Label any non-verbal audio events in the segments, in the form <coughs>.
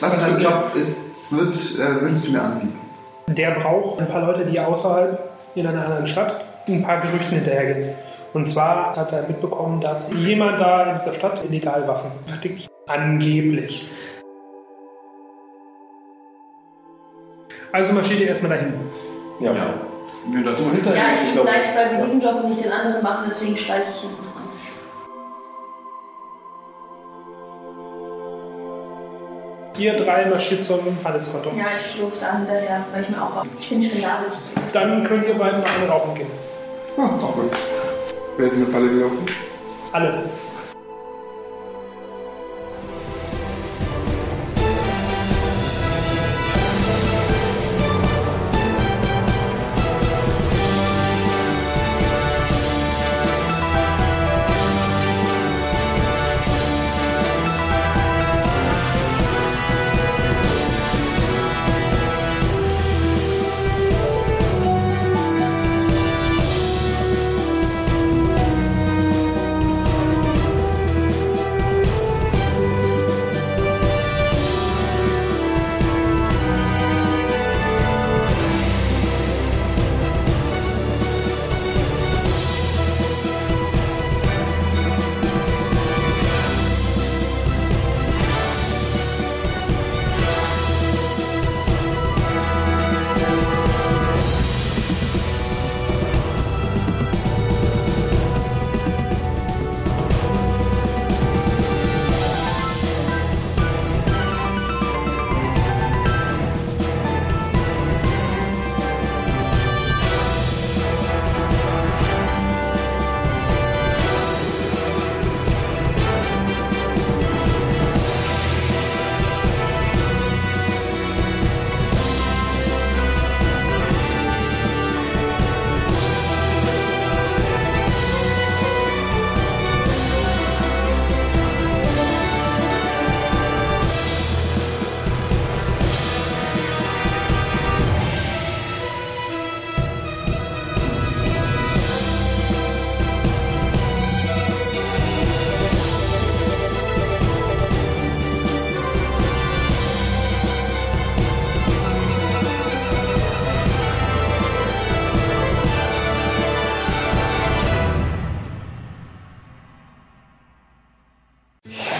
Was für ein Job ist, wird, äh, würdest du mir anbieten? Der braucht ein paar Leute, die außerhalb in einer anderen Stadt ein paar Gerüchten hinterhergehen. Und zwar hat er mitbekommen, dass jemand da in dieser Stadt illegal Waffen vertickt. Angeblich. Also marschiert ihr erstmal dahin. Ja. Wir dazu. Ja, Hinterher, ich halt ich bin glaube. leid, weil wir diesen Job und nicht den anderen machen, deswegen steige ich hinten dran. Ihr drei marschiert zum Handelskonto. Ja, ich schlurfe da hinterher, weil ich mir auch Ich bin schon da. ich- Dann könnt ihr beiden mal alle rauchen gehen. Ah, auch gut. Wer ist in eine Falle gelaufen? Alle.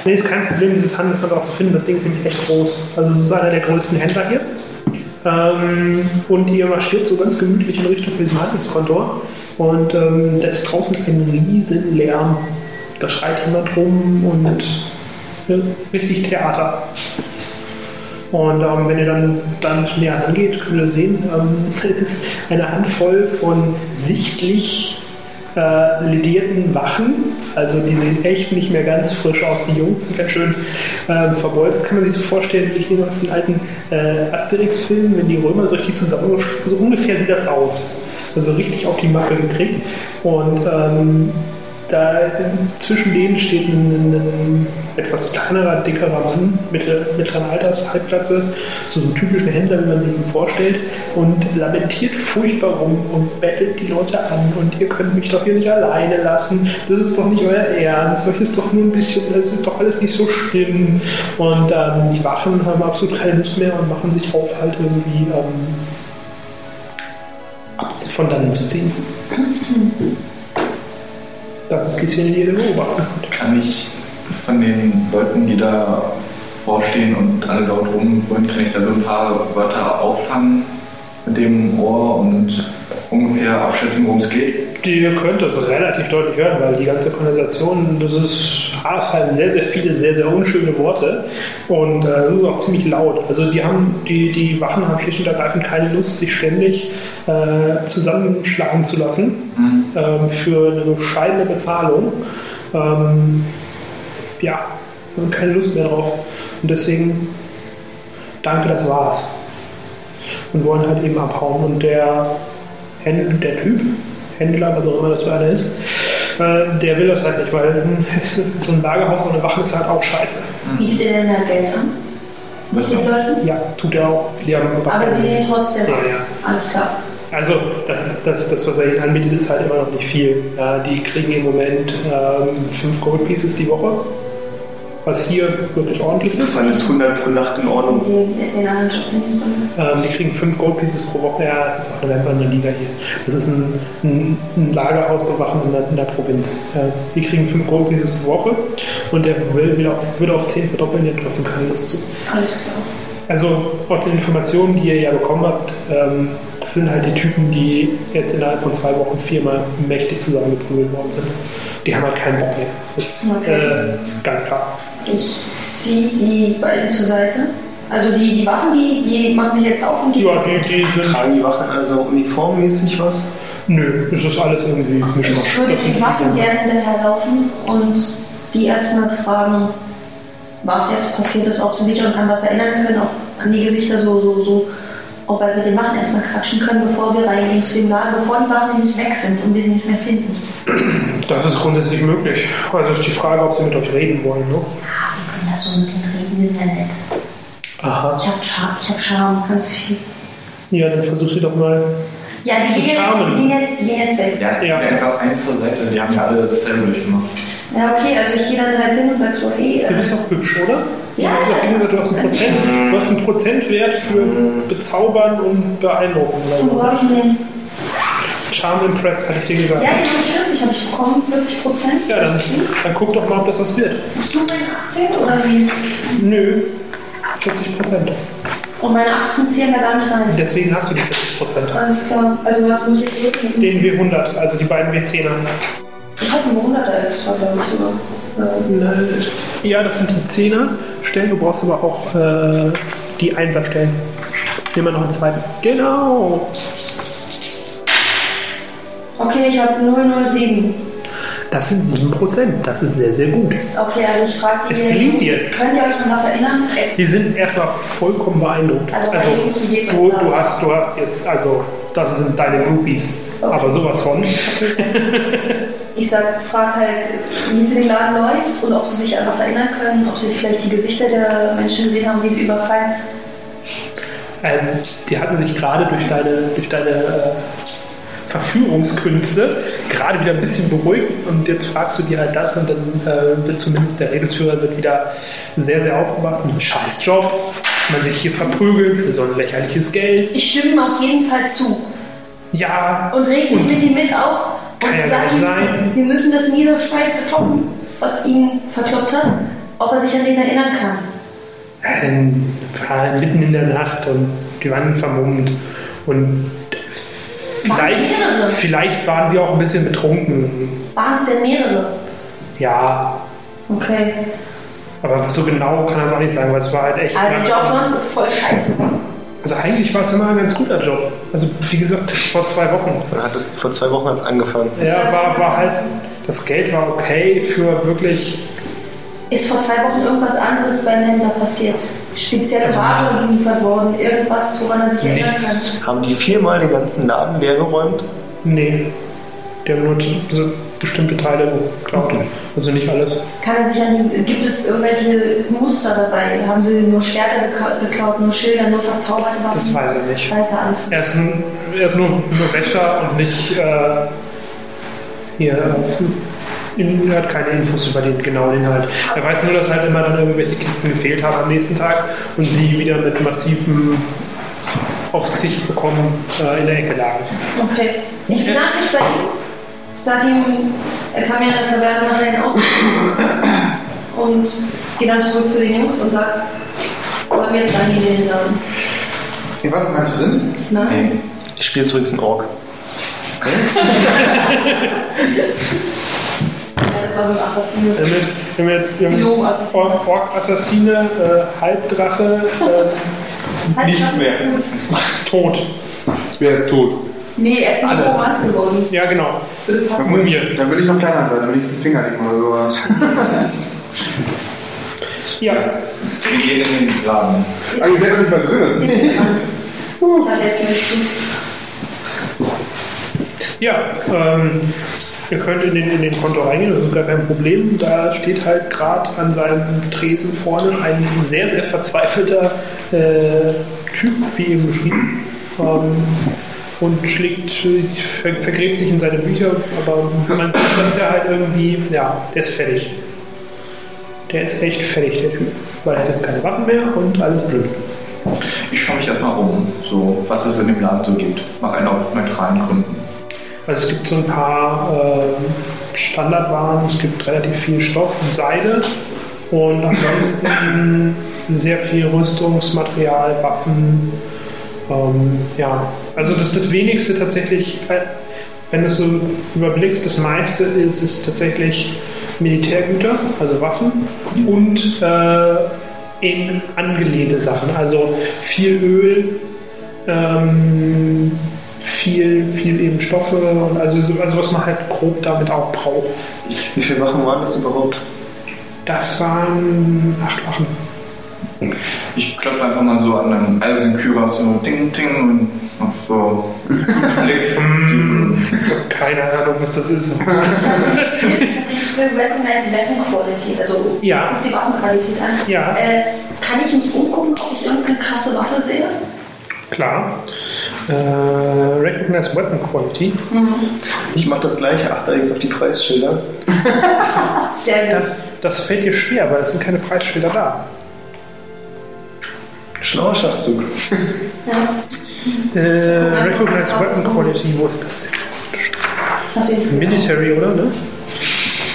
Nee, ist kein Problem, dieses Handelskonto auch zu finden. Das Ding ist nämlich echt groß. Also es ist einer der größten Händler hier. Ähm, und ihr marschiert so ganz gemütlich in Richtung von diesem Handelskontor. Und ähm, da ist draußen ein riesen Lärm. Da schreit jemand rum und ja, richtig Theater. Und ähm, wenn ihr dann, dann näher rangeht, könnt ihr sehen, ähm, <laughs> ist eine Handvoll von sichtlich äh, ledierten Wachen. Also die sehen echt nicht mehr ganz frisch aus. Die Jungs sind ganz schön äh, verbeult. Das kann man sich so vorstellen, wie ich hier noch aus den alten äh, Asterix-Filmen, wenn die Römer so richtig zusammen, so ungefähr sieht das aus. Also richtig auf die Macke gekriegt. Und ähm, da äh, zwischen denen steht ein, ein etwas kleinerer, dickerer Mann, mittel, mittleren Alters, Halbplatze, so einen typischen Händler, wie man sich ihn vorstellt, und lamentiert furchtbar rum und bettelt die Leute an und ihr könnt mich doch hier nicht alleine lassen, das ist doch nicht euer Ernst, euch ist doch nur ein bisschen, das ist doch alles nicht so schlimm. Und ähm, die Wachen haben absolut keine Lust mehr und machen sich auf, halt irgendwie ähm, ab- von dannen zu ziehen. Das ist die Szene, die ihr beobachtet. Kann ich von den Leuten, die da vorstehen und alle laut rumbrüllen, kann ich da so ein paar Wörter auffangen mit dem Ohr und ungefähr abschätzen, worum es geht? Ihr könnt das relativ deutlich hören, weil die ganze Konversation, das ist, ah, fallen sehr, sehr viele, sehr, sehr unschöne Worte und äh, das ist auch ziemlich laut. Also die haben, die, die Wachen haben schlicht und ergreifend keine Lust, sich ständig äh, zusammenschlagen zu lassen ähm, für eine bescheidene Bezahlung. Ähm, ja, haben keine Lust mehr drauf und deswegen danke, das war's. Und wollen halt eben abhauen und der Händ- der Typ, Händler, was auch immer das für einer ist, äh, der will das halt nicht, weil hm, so ein Lagerhaus und eine Wache ist halt auch scheiße. Bietet ihr denn da halt Geld an? Was Den Leuten? Ja, tut er auch. Die haben Aber sie nehmen trotzdem. Ja, ja. Alles klar. Also, das, das, das, was er ihnen anbietet, ist halt immer noch Äh, nicht viel. Ja, die kriegen im Moment ähm, fünf Gold Pieces die Woche. was hier wirklich ordentlich ist. Das war alles 100 pro Nacht in Und Ordnung. die, den anderen Job nehmen sollen. Ähm, die kriegen fünf Gold Pieces pro Woche. Ja, es ist auch eine ganz andere Liga hier. Das ist ein, ein, ein Lagerhaus bewachen in der, in der Provinz. Äh, die kriegen fünf Gold Pieces pro Woche und der will, will auf, würde auf zehn verdoppeln, der hat trotzdem keine Lust zu. Alles klar. Also aus den Informationen, die ihr ja bekommen habt, ähm, das sind halt die Typen, die jetzt innerhalb von zwei Wochen viermal mächtig zusammengeprügelt worden sind. Die haben halt keinen Bock mehr. Das Okay. äh, ist ganz klar. Ich ziehe die beiden zur Seite. Also die, die Wachen, die, die machen sich jetzt auf und die. Ja, die, die sind. Tragen die Wachen also uniformmäßig was? Nö, es ist alles irgendwie Ich Mischmasch. würde Das sind den Figuren. Wachen gerne hinterherlaufen und die erstmal fragen, was jetzt passiert ist, ob sie sich an was erinnern können, ob an die Gesichter so, so, so. Ob wir mit den Wachen erstmal quatschen können, bevor wir reingehen zu dem Laden, bevor die Wachen nämlich weg sind und wir sie nicht mehr finden. Das ist grundsätzlich möglich. Also ist die Frage, ob sie mit euch reden wollen, ne? Wir können da so mit denen reden, wir sind ja nett. Aha. Ich habe Charme, ich hab Charme, ganz viel. Ja, dann versuch sie doch mal. Ja, die Zu gehen jetzt, charmen. die gehen jetzt, die gehen jetzt weg. Ja, Ja. ja. einfach eins zur Seite. Die haben ja alle dasselbe durchgemacht. Ja, okay, also ich gehe dann halt hin und sag so, hey, Du äh, bist doch hübsch, oder? Ja. Du hast doch eben gesagt, du hast einen Prozent, du hast einen Prozentwert für bezaubern und beeindrucken oder wo so. habe ich den? Charm Impress, hatte ich dir gesagt. Ja, den habe ich 40, habe ich bekommen, 40 Prozent. Ja, dann, dann guck doch mal, ob das was wird. Hast du meine 18 oder wie? Nö. 40 Prozent. Und meine 18 zählen da gar nicht rein. Deswegen hast du die 40 Prozent. Alles klar. Also was muss ich jetzt wirklich? Den W100, also die beiden W10er. Ich habe einen 100er extra, glaube ich sogar. Ja. Ja, das sind die 10er Stellen. Du brauchst aber auch äh, die 1er Stellen. Nehmen wir noch einen zweiten. Genau. Okay, ich habe 007. Das sind 7%. Das ist sehr, sehr gut. Okay, also ich frage Es gelingt dir. Könnt ihr euch an was erinnern? Es, Die sind erstmal vollkommen beeindruckt. Also, Also, also geht's du, auch. du, hast, du hast jetzt, also, das sind deine Groupies. Okay. Aber sowas von. ich sag, frag halt, wie es im Laden läuft und ob sie sich an was erinnern können, ob sie vielleicht die Gesichter der Menschen gesehen haben, die sie überfallen. Also, die hatten sich gerade durch deine, durch deine äh, Verführungskünste gerade wieder ein bisschen beruhigt und jetzt fragst du die halt das und dann äh, wird zumindest der Redelsführer wird wieder sehr, sehr aufgebracht. Ein Scheißjob, dass man sich hier verprügelt für so ein lächerliches Geld. Ich stimme ihm auf jeden Fall zu Ja, und reg mich mit ihm mit auf Kann ja und sag gar ihm, nicht sein. wir müssen das Niederschwein verkloppen, was ihn verkloppt hat, ob er sich an den erinnern kann. Ja, dann war er mitten in der Nacht und die waren vermummt und Waren es vielleicht, mehrere? vielleicht waren wir auch ein bisschen betrunken. Waren es denn mehrere? Ja, Okay. aber so genau kann das auch nicht sagen, weil es war halt echt. Aber der Job sonst ist voll scheiße. Also eigentlich war es immer ein ganz guter Job. Also wie gesagt, bis vor zwei Wochen. Hat das vor zwei Wochen hat's angefangen. Ja, war, war halt, das Geld war okay für wirklich Ist vor zwei Wochen irgendwas anderes beim Händler passiert? Spezielle Ware geliefert worden? Irgendwas, woran er sich erinnern kann? Also, nichts. Haben die viermal den ganzen Laden leergeräumt? Nee, der nur so bestimmte Teile geklaut. Also nicht alles. Kann er sich an die, gibt es irgendwelche Muster dabei? Haben sie nur Schwerter gekau- geklaut, nur Schilder, nur verzauberte Waffen? Das weiß er nicht. Weiß er alles. Er ist, ein, er ist nur, nur Wächter und nicht äh, hier. äh, in- Er hat keine Infos über den genauen Inhalt. Er weiß nur, dass halt immer dann irgendwelche Kisten gefehlt haben am nächsten Tag und sie wieder mit massivem aufs Gesicht bekommen äh, in der Ecke lagen. Okay. Ich bedanke mich bei ihm. Sag ihm, er kann mir in der Taverne nachher <coughs> einen Ausdruck Und gehe dann zurück zu den Jungs und sag, wollen wir jetzt reingehen in ne? den Laden? Ihr wart mal drin? Nein? Ich spiele übrigens einen Ork. Ja, das war so ein Assassin. Wir haben jetzt, wir haben jetzt, wir haben jetzt Gnome-Assassine. Ork- Ork-Assassine, äh, Halbdrache, Halt, Nichts was ist mehr. denn? äh, tot. Wer ist tot? Nee, er ist ein Alle. Roman geworden. Ja, genau. Mumie. Dann will ich noch kleiner werden, damit ich den Finger nicht mal sowas. Ja, Wir gehen in den Laden. Aber Ah, ihr seid doch nicht mal drin. Nicht mehr dran. Hat er jetzt nicht zu. Ja, ähm, ihr könnt in den, in den Konto reingehen, das ist gar kein Problem. Da steht halt gerade an seinem Tresen vorne ein sehr, sehr verzweifelter äh, Typ, wie eben beschrieben. Ähm, und schlägt, äh, ver vergräbt sich in seine Bücher, aber man sieht, dass er halt irgendwie, ja, der ist fertig. Der ist echt fertig, der Typ. Weil er hat jetzt keine Waffen mehr und alles blöd. Ich schaue mich erstmal um, so, was es in dem Laden so gibt. Mach einen auf neutralen Kunden. Also es gibt so ein paar äh, Standardwaren, es gibt relativ viel Stoff und Seide und ansonsten sehr viel Rüstungsmaterial, Waffen. Ähm, ja, also das, das wenigste tatsächlich, äh, wenn du es so überblickst, das meiste ist, ist tatsächlich Militärgüter, also Waffen und äh, in angelehnte Sachen, also viel Öl. Ähm, viel, viel eben Stoffe und also, so- also was man halt grob damit auch braucht. Wie viele Wachen waren das überhaupt? Das waren acht Wachen. Ich klopfe einfach mal so an einem Eisenkühler, so ding, ding und mach so einen Blick. Keine Ahnung, was das ist. Ich will recognize Weapon Quality, also Ja. guck die Waffenqualität an. Ja. Äh, kann ich mich umgucken, ob ich irgendeine krasse Waffe sehe? Klar. Äh, Recognize Weapon Quality. Ich mache das gleiche, achte allerdings auf die Preisschilder. Sehr gut. Das, das fällt dir schwer, weil es sind keine Preisschilder da. Schlauer Schachzug. Ja. Äh, Recognize Weapon Quality, wo ist das? Hast du jetzt Military, oder? Ne?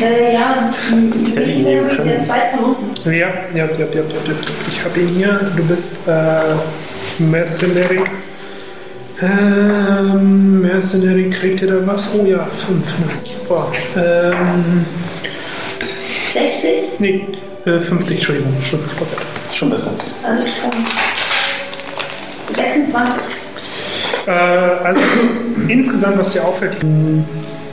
Äh, ja, m- Hätte ihn nehmen können. der zweite von Ja, unten. ja, ja, ja, ja, ja. ja. Ich habe ihn hier. Du bist äh, Mercenary. Ähm, Mercenary kriegt ihr da was? Oh ja, 5. Super. Ähm, 60? nee, äh, 50, Entschuldigung, 50 Prozent. Schon besser. Alles klar. 26. Äh, also insgesamt, was dir auffällt, die-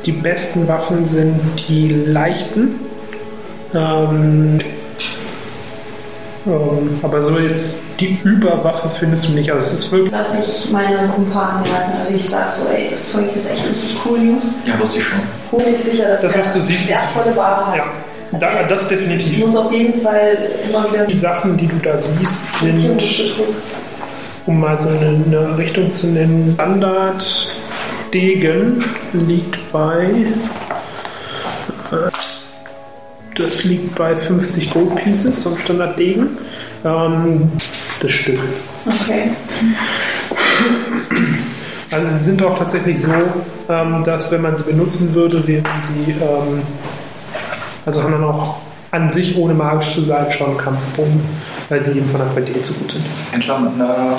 die besten Waffen sind die leichten. Ähm, ähm, aber so jetzt die Überwaffe findest du nicht. Also es ist wirklich. Lass ich meine Kumpanen werden. Also ich sag so, ey, das Zeug ist echt richtig cool, Jungs. Ja, wusste ich schon. Hol mich sicher, dass Das, der was du siehst, wertvolle Ware hat. Ja, da, das Ich definitiv. muss auf jeden Fall immer wieder Die Sachen, die du da siehst, Sicherung sind, betrügen. um mal so eine, eine Richtung zu nennen, Standard Degen liegt bei. äh, Das liegt bei 50 Gold Pieces, so ein Standard Degen. Ähm, das Stück. Okay. Also sie sind auch tatsächlich so, ähm, dass wenn man sie benutzen würde, wären sie, ähm, also haben dann auch an sich, ohne magisch zu sein, schon Kampfbomben, weil sie eben von der Qualität so gut sind. Händler mit einer,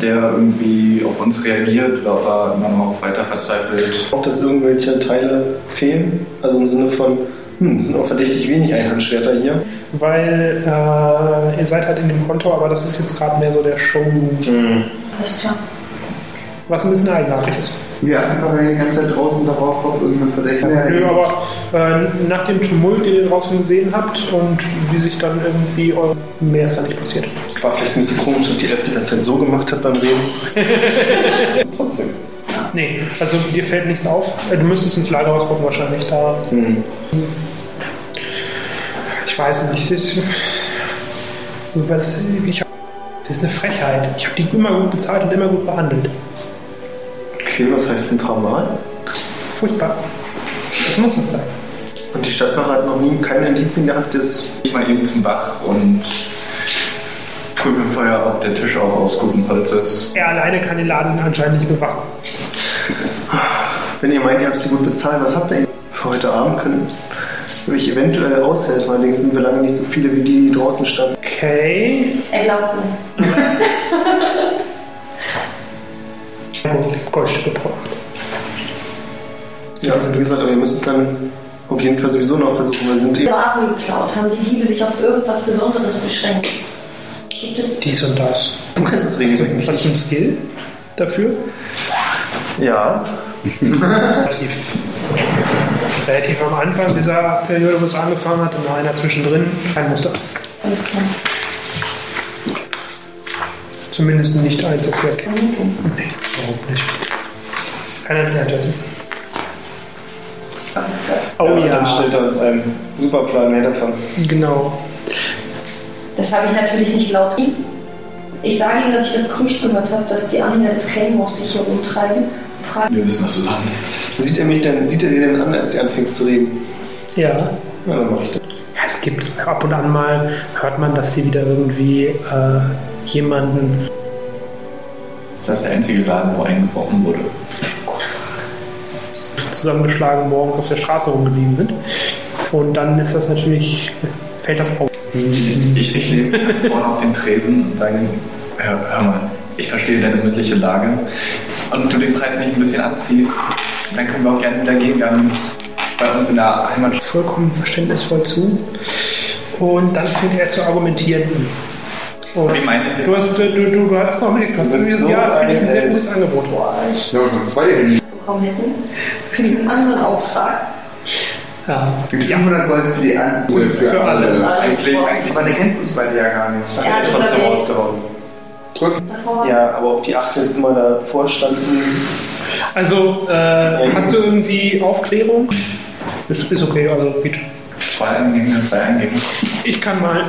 der irgendwie auf uns reagiert oder ob er immer noch weiter verzweifelt. Auch, dass irgendwelche Teile fehlen. Also im Sinne von, hm, es sind auch verdächtig wenig Einhandschwerter hier. Weil äh, ihr seid halt in dem Konto, aber das ist jetzt gerade mehr so der Show, Hm. Alles klar. was ein bisschen eigenartig ist. Ja, einfach die ganze Zeit draußen darauf auf irgendeinen Verdächtigen. Nö, aber äh, nach dem Tumult, den ihr draußen gesehen habt und wie sich dann irgendwie eure mehr ist da nicht passiert. War vielleicht ein bisschen komisch, dass die Elf die ganze Zeit so gemacht hat beim Reden. Trotzdem. Nee, also dir fällt nichts auf. Äh, Du müsstest ins Lagerhaus gucken wahrscheinlich. Da Hm. Ich weiß nicht. Ich, was, ich hab, das ist eine Frechheit. Ich habe die immer gut bezahlt und immer gut behandelt. Okay, was heißt ein paar Mal? Furchtbar. Das muss es sein. Und die Stadtwache hat noch nie keine Indizien gehabt, dass Ich mal eben zum Bach und prüfe vorher, ob der Tisch auch aus gutem Holz ist. Er alleine kann den Laden anscheinend nicht bewachen. Wenn ihr meint, ihr habt sie gut bezahlt, was habt ihr denn für heute Abend können? Würde ich eventuell aushelfen, allerdings sind wir lange nicht so viele wie die, die draußen standen. Okay. Er glaubt mir. Gut, Goldstücke braucht. Ja, also wie gesagt, aber ihr müsst dann auf jeden Fall sowieso noch versuchen, weil sind eh- Die eben Ware geklaut. Haben die Diebe sich auf irgendwas Besonderes beschränkt? Gibt es Dies und das. du kannst <laughs> das Regelwerk nicht. Hast du einen Skill dafür? Ja, Relativ, relativ am Anfang dieser Periode, wo es angefangen hat, und einer zwischendrin. Kein Muster. alles klar. Zumindest nicht eins, das wir kennen. Nee, überhaupt nicht. Kann er nicht einschätzen. Oh ja. Dann stellt er uns einen super Plan mehr davon. Genau. Das habe ich natürlich nicht laut ihm. Ich sage ihm, dass ich das Gerücht gehört habe, dass die Anhänger des Claymores sich hier rumtreiben. Frage Wir wissen, was zusammen ist. Sieht er mich denn, sieht er sie denn an, als sie anfängt zu reden? Ja. Ja, dann mach ich das. Ja, es gibt ab und an mal, hört man, dass die wieder irgendwie äh, jemanden. Das ist das der einzige Laden, wo eingebrochen wurde. zusammengeschlagen morgens auf der Straße rumgeblieben sind. Und dann ist das natürlich, fällt das auf. Ich, ich lehne mich vorne auf den Tresen und sage, hör, hör mal, ich verstehe deine missliche Lage. Und du den Preis nicht ein bisschen abziehst, dann können wir auch gerne wieder gehen. Wir haben bei uns in der Heimat Vollkommen verständnisvoll zu. Und dann fängt er zu argumentieren. Und Ich meine- du, hast, du, du, du hast noch mitgekriegt, du hast Du bist dieses so Jahr finde ich ein eine sehr Welt. gutes Angebot. Ich glaube schon zwei Handy. bekommen hätten für diesen anderen Auftrag. Ja. Für 500 Gold für die einen. Für, für alle. eigentlich, eigentlich Aber der kennt uns beide ja gar nicht. Er hat trotzdem unser Geld rausgehauen. Trotzdem. davor. Ja, aber ob die acht jetzt immer davor standen, Also, äh, hast du irgendwie Aufklärung? Ist, ist okay, also geht. zwei Eingänge, drei Eingänge. Ich kann mal.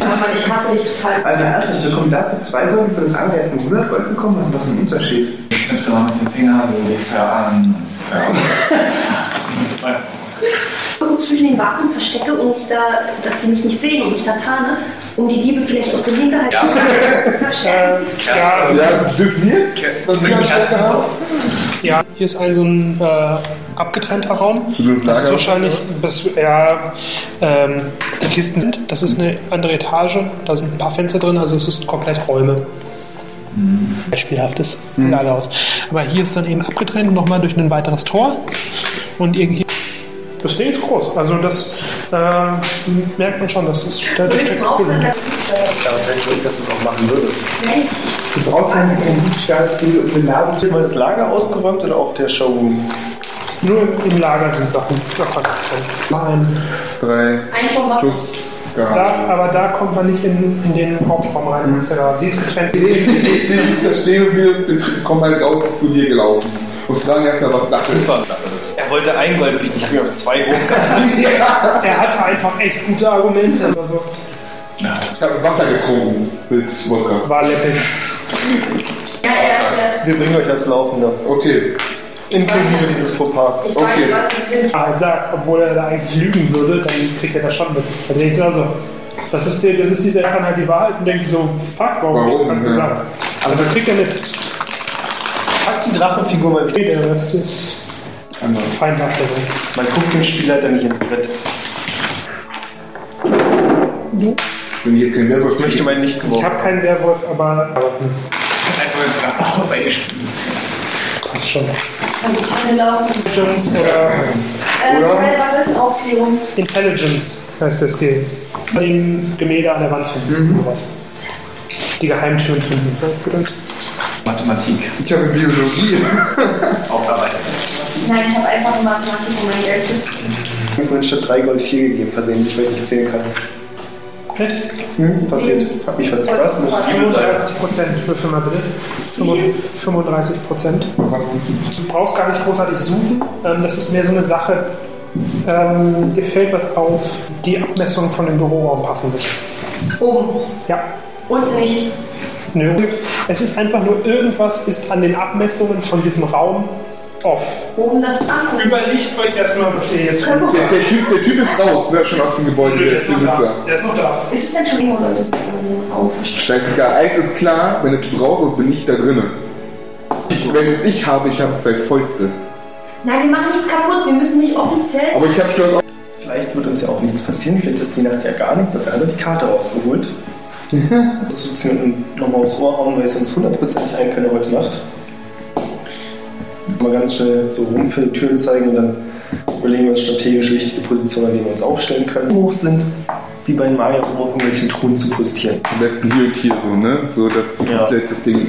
Aber ich hasse dich total. Also herzlich willkommen dafür. Zwei Gold für das andere hätten 100 Gold bekommen. Was ist das für ein Unterschied? Ich schnipse mal mit dem Finger, so wie für an. Ja. So zwischen den Wachen verstecke und mich da, dass die mich nicht sehen und mich da tarne, um die Diebe vielleicht aus dem Hinterhalt Ja. ja. Ja, Ja, das dürfen wir jetzt. Was Diese wir am Kerzen- Schluss haben. Ja, hier ist ein so ein äh, abgetrennter Raum. So ein Das ist Lager- wahrscheinlich, das, ja, ähm, die Kisten sind. Das ist eine andere Etage. Da sind ein paar Fenster drin, also es ist komplett Räume. Mhm. Beispielhaftes Lagerhaus. Aber hier ist dann eben abgetrennt nochmal durch ein weiteres Tor. Und irgendwie. Das Ding ist groß. Also das ähm, merkt man schon, dass das da da steckt viel drin. ja, das heißt nicht, dass du es auch machen würdest. Du brauchst einen Diebstahlstil und den Laden Ist mal das Lager ausgeräumt oder auch der Showroom? Nur im- im Lager sind Sachen. Da kann man rein. Drei. Ein vom Wasser. Plus. Da, Garage. aber da kommt man nicht in, in den Hauptraum rein. Das ist ja da- Die ist getrennt. Da stehen wir, betr- kommen halt raus zu dir gelaufen und fragen erstmal, was Sache ist. Er wollte ein Gold bieten, ich bin auf zwei hochgegangen. Er hatte einfach echt gute Argumente. Also Ich habe Wasser getrunken mit Wodka. war läppisch. Ja, er <laughs> erklärt. Wir bringen euch das Laufende. Okay. Inklusive dieses Fauxpas. Ich weiß, Okay. was ich will. Aber halt sagt, obwohl er da eigentlich lügen würde, dann kriegt er das schon mit. Dann denkt er also, das ist, die, das ist diese, er kann halt die Wahrheit und denkt sich so, fuck, warum, hab ich das Warum, gerade ja. gesagt? Aber das kriegt er mit. Pack die Drachenfigur mal Nee, wieder. der Rest ist Anders. Feindarstellung. Man guckt den Spieler dann nicht ins Brett. Wenn ich jetzt keinen Wert auf Ich möchte meinen nicht Ich habe geworfen. keinen Werwolf, aber Einfach ins Rathaus eingestürzt. passt schon. Kann ich anlaufen? Intelligence oder Äh, Oder? Moment, was heißt denn Aufklärung? Intelligence heißt der Skill. Den Gemälde an der Wand finden. Mhm. Sowas. Die Geheimtüren finden. So, gut. Mathematik. Ich habe Biologie. Aufarbeitet. Nein, ich habe einfach nur Mathematik und mein Geld gibt. Ich habe vorhin statt drei Gold vier gegeben, versehentlich, weil ich nicht zählen kann. Echt? Hm, passiert. Hab mich Hm. verzählt. Was? Das ist 35 Prozent, würfel mal bitte. 35 Prozent. Was? Du brauchst gar nicht großartig suchen. Ähm, das ist mehr so eine Sache. Ähm, dir fällt was auf, die Abmessungen von dem Büroraum passen nicht. Oben Ja. und nicht. Nö. Es ist einfach nur, irgendwas ist an den Abmessungen von diesem Raum off. Oben das Angucken. Überlegt euch erstmal, was ihr jetzt Können wir- Der, der, typ, der Typ ist raus, ne? Schon aus dem Gebäude, Der der ist noch da. Besitzer. Der ist noch da. Ist es denn schon immer Leute, die den Raum verstehen? Scheißegal. Eins ist klar, wenn der Typ raus ist, bin ich da drinnen. Wenn es ich habe, ich habe zwei Fäuste. Nein, wir machen nichts kaputt. Wir müssen nicht offiziell. Aber ich habe schon Vielleicht wird uns ja auch nichts passieren, vielleicht ist die Nacht ja gar nichts, aber er hat die Karte <laughs> rausgeholt. Zuziehen und nochmal aufs Ohr hauen, weil ich sonst hundertprozentig einkönne heute Nacht. Mal ganz schnell so rum für die Türen zeigen und dann überlegen wir uns strategisch wichtige Positionen, an denen wir uns aufstellen können. Hoch sind die beiden Magier, um auf irgendwelchen Truhen zu postieren. am besten hier und hier so, ne? So, dass Ja. komplett das Ding.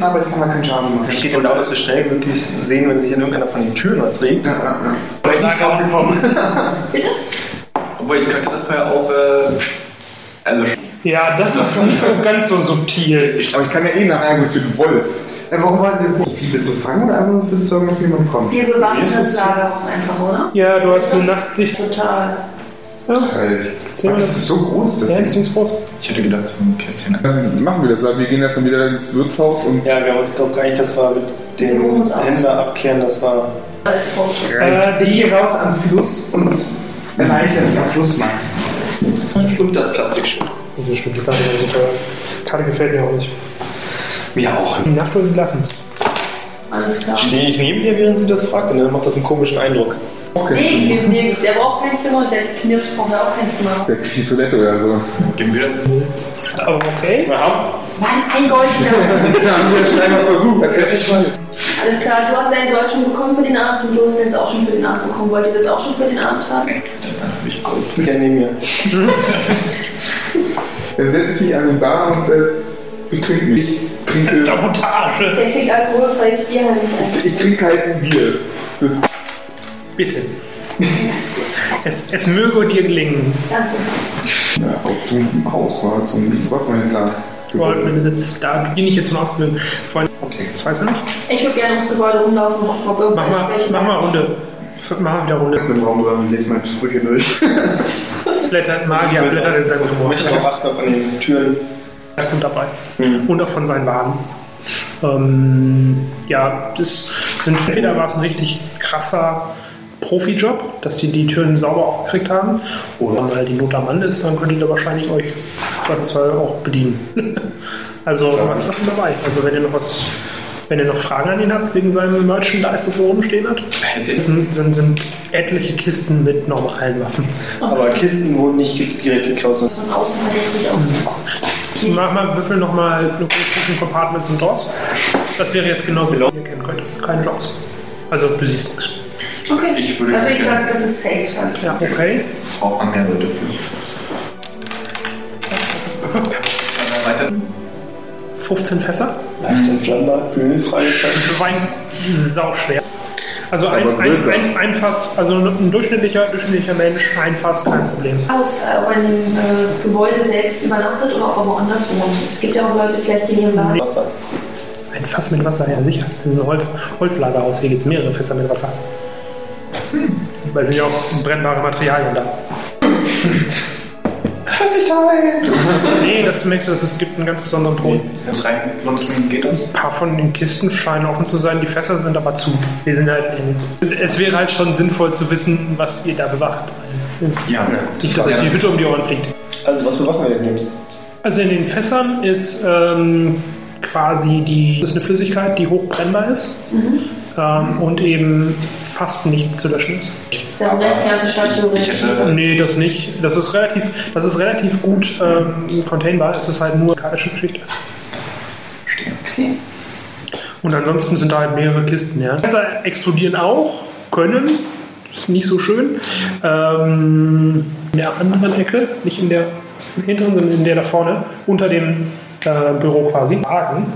aber ich kann man keinen Schaden machen. Ich steht genau, dass wir schnell wirklich sehen, wenn sich in irgendeiner von den Türen was regt. Ja, ja, ja. Bitte? Obwohl, ich könnte das vorher auch äh, erlöschen. Ja, das ist nicht so ganz so subtil. Aber ich kann ja eh nachher mit dem Wolf. Ja, Äh, warum wollen Sie die Diebe zu fangen oder einfach nur für zu sorgen, dass niemand kommt? Wir bewachen das Lagerhaus einfach, oder? Ja, du hast eine Nachtsicht. Total. Ja, Alter. zehn Das Minuten. ist so groß, das Ja, Ding. ist nichts groß. Ich hätte gedacht, so ein Kästchen. Dann machen wir das. Wir gehen erst mal wieder ins Wirtshaus und Ja, wir haben uns, glaube ich, eigentlich, das war mit Wir holen dem uns aus. Händler abklären, das war Alles drauf. Äh, Geh die raus am Fluss und erleichter mich am Fluss, Mann. bestimmt das Plastikschild. Oh, Das stimmt, die Karte war so teuer. Die Karte gefällt mir auch nicht. Mir auch. Die Nacht war sie lassend. Alles klar. Stehe ich neben dir, während sie das fragt, und dann macht das einen komischen Eindruck. Okay. Nee, nee, nee, der braucht kein Zimmer und der Knirps braucht ja auch kein Zimmer. Der kriegt die Toilette oder so. Gehen wir. Aber okay. Aha. Mann, ein Goldner. Da haben wir schon einmal versucht. Da kenn ich mal. Alles klar, du hast deinen Sold schon bekommen für den Abend und du hast jetzt auch schon für den Abend bekommen. Wollt ihr das auch schon für den Abend haben? Dann hab ich Gold. Ja, neben mir. Dann setze ich mich an den Bar und äh, betrink mich. Ich trinke, Sabotage. Der kriegt alkoholfreies Bier halt nicht ein. ich trinke halt ein Bier. Das, Bitte. Es, es möge dir gelingen. Danke. na, auch zum Haus, ne, zum Waffenhändler. Freund, jetzt, da bin ich jetzt zum Ausbilden. Freund, okay. das weiß er nicht. Ich würde gerne ums Gebäude rumlaufen und gucken, ob Mach irgendwas mal, mach mal Runde. F- Mach mal wieder Runde. Mit Raum über, wir lesen meine Sprüche durch. Blättert, Magier blättert in seinem Ich Humor. möchte noch achten, ob an den Türen. Er kommt dabei. Und auch von seinen Waren. Ähm, ja, das sind entweder war es ein richtig krasser Profi-Job, dass die die Türen sauber aufgekriegt haben. Oder wenn mal die Not am Mann ist, dann könntet ihr wahrscheinlich euch zweifelsfall auch bedienen. <laughs> also was ist noch dabei? Also wenn ihr noch was, wenn ihr noch Fragen an ihn habt wegen seinem Merchandise, das so rumstehen hat, Hätte es ich. sind, sind, sind etliche Kisten mit normalen Waffen. Aber Kisten wurden nicht ge- direkt geklaut, sondern Von außen halt jetzt nicht aus. Mach mal, würfel nochmal zwischen Compartments und Doors. Das wäre jetzt genau wie ihr kennen könntest. Keine Logs. Also du siehst nichts. Okay. Ich würde- also ich sage, das ist safe, sag ich. Ja, okay. Braucht man mehr Leute für. Weiter. 15 Fässer. leicht in Flammer, ölfrei. Wein sauschwer. Also ein, Aber ein, größer. ein, ein Fass, also ein durchschnittlicher, durchschnittlicher Mensch, ein Fass, kein Problem. Aus, äh, ob er in dem äh, Gebäude selbst übernachtet oder ob er woanders wohnt. Es gibt ja auch Leute, vielleicht die hier im Laden. Wasser. Ein Fass mit Wasser, ja sicher. Das ist ein Holz, Holzlagerhaus, hier gibt es mehrere Fässer mit Wasser. Weil sind ja auch brennbare Materialien da. Nee, das merkst du, dass es gibt einen ganz besonderen Ton. Muss reinlunzen, geht das? Ein paar von den Kisten scheinen offen zu sein, die Fässer sind aber zu. Wir sind halt in, es wäre halt schon sinnvoll zu wissen, was ihr da bewacht. Ja. Nicht, dass euch die Hütte um die Ohren fliegt. Also, was bewachen wir denn hier? Also in den Fässern ist ähm, quasi die, das ist eine Flüssigkeit, die hochbrennbar ist ähm, und eben fast nicht zu löschen ist. Da brennt die ganze Stadt Ich theoretisch. hätte Äh, Nee, das nicht. Das ist relativ, das ist relativ gut ähm, containbar. Es ist halt nur kaische Geschichte. Okay. Und ansonsten sind da halt mehrere Kisten, ja. Fässer explodieren auch, können. Ist nicht so schön. Ähm, in der anderen Ecke, nicht in der hinteren, sondern in der da vorne, unter dem äh, Büro quasi, Wagen,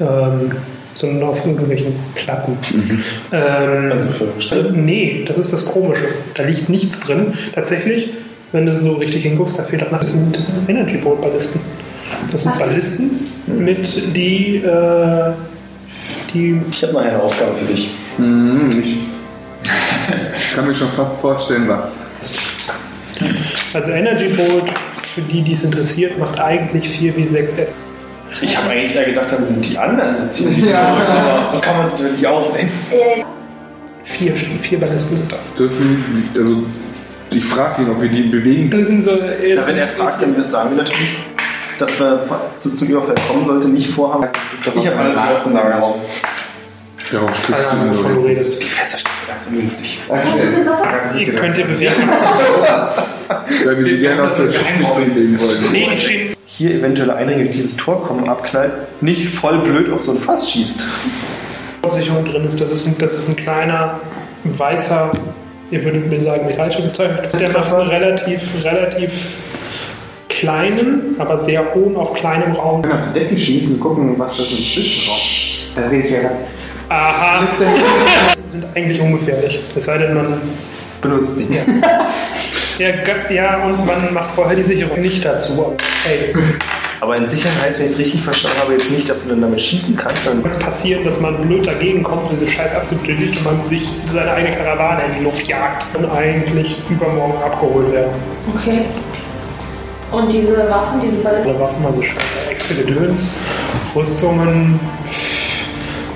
ähm, sondern auf irgendwelchen Platten. Ähm, Also für Stellen. Nee, das ist das Komische. Da liegt nichts drin. Tatsächlich, wenn du so richtig hinguckst, da fehlt auch noch das sind Energy Bolt Ballisten. Das sind Ballisten, mit die, äh, die Ich habe noch eine Aufgabe für dich. Mhm, ich kann mir schon fast vorstellen, was. also Energy Bolt, für die, die es interessiert, macht eigentlich 4 wie 6 S. Ich habe eigentlich eher gedacht, dann sind die anderen so ziemlich verrückt, aber so kann man es natürlich auch sehen. Äh, Vier, vier Ballisten sind da. Dürfen, also, ich frage ihn, ob wir die bewegen. Das sind so, Ja, wenn er fragt, dann wird- sagen wir natürlich, dass wir, falls es zum Überfall kommen sollte, nicht vorhaben. Ich habe alles gehört zum Lagerraum. Darauf sprichst keine du Ahnung, wovon du nur. redest. Die Fässer stehen ganz ungünstig. Also, hast du das Wasser? Ihr könnt ihr bewegen. Weil wir sie gerne aus der Schule nehmen wollen. Nee, nicht schieben. Hier eventuelle Eindringe, die dieses Tor kommen, abknallt, nicht voll blöd auf so ein Fass schießt. Sicherung drin ist. Das ist ein, das ist ein kleiner, weißer, ihr würdet mir sagen, metallischer bezeichnet. Der macht einen relativ, relativ kleinen, aber sehr hohen auf kleinem Raum. Ich kann auf die Decke schießen und gucken, was das inzwischen braucht. Da sehe ich ja. Aha, Ist der <laughs> sind eigentlich ungefährlich. Es sei denn, man. Benutzt sie. Ja, Gott, ja, und man macht vorher die Sicherung nicht dazu. aber Hey, Aber in Sicherheit heißt, wenn ich es richtig verstanden habe, jetzt nicht, dass du dann damit schießen kannst, sondern es passiert, dass man blöd dagegen kommt, um diese scheiß abzudilligt und man sich seine eigene Karawane in die Luft jagt und eigentlich übermorgen abgeholt werden. Okay. Und diese Waffen, diese Ballisten. Alle Waffen, also Schwerter, Äxte, Gedöns, Rüstungen,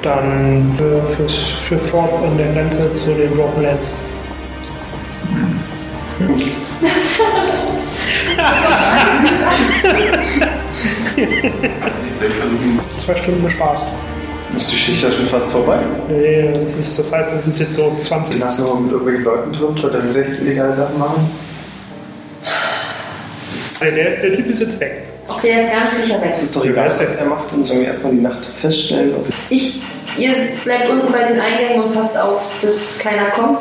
dann für, für, für Forts an der Grenze zu den Broken Lands. Als nächstes werde ich versuchen, Zwei Stunden Spaß. Ist die Schicht ja schon fast vorbei? Nee, das, ist, das heißt, es ist jetzt so 20. Hast du noch mit irgendwelchen Leuten trifft oder tatsächlich illegale Sachen machen? Der, Also der, ist- der Typ ist jetzt weg. Okay, er ist ganz sicher weg. Es ist doch egal, was er macht. Dann sollen wir erstmal die Nacht feststellen, ob Ich, ihr sitzt- bleibt unten bei den Eingängen und passt auf, dass keiner kommt.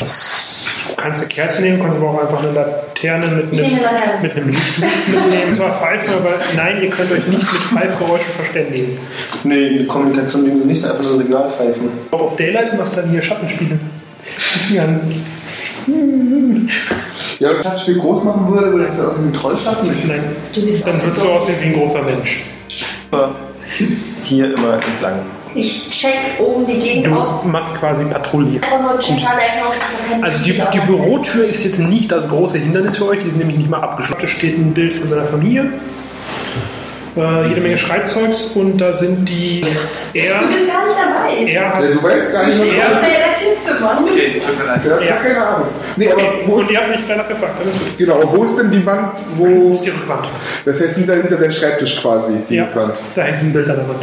Du kannst eine Kerze nehmen, kannst aber auch einfach eine Laterne mit Ich einem, nehme eine Laterne. mit einem Licht mitnehmen. Zwar Pfeifen, aber nein, ihr könnt euch nicht mit Pfeifgeräuschen verständigen. Nee, die Kommunikation nehmen sie nicht einfach nur Signalpfeifen. Auch auf Daylight machst du dann hier Schattenspiele. Mit Fingern. Ja, Wenn ich das Spiel groß machen würde, würde ich es aus dem Trollschatten. Nein. Du siehst Dann aus wie würdest du tot. aussehen wie ein großer Mensch. Hier immer entlang. Ich check oben die Gegend Du aus. machst quasi Patrouille. Einfach nur check alle Ecken aus, dass da kein Also die, Spiel die auf- Bürotür ist jetzt nicht das große Hindernis für euch, die ist nämlich nicht mal abgeschlossen. Da steht ein Bild von seiner Familie, äh, jede Menge Schreibzeugs und da sind die... Du Er, bist gar nicht dabei. er Ja, hat... du weißt gar nicht, was Ja. ja. Der letzte Mann. okay, tut mir leid. Der hat Ja. gar keine Ahnung. Nee, aber wo Und ist, ihr habt mich danach gefragt, alles gut. genau, aber wo ist denn die Wand, Das wo. ist die Rückwand. Das heißt, hinter, hinter sein Schreibtisch quasi, die Ja, Wand. da hängt ein Bild an der Wand.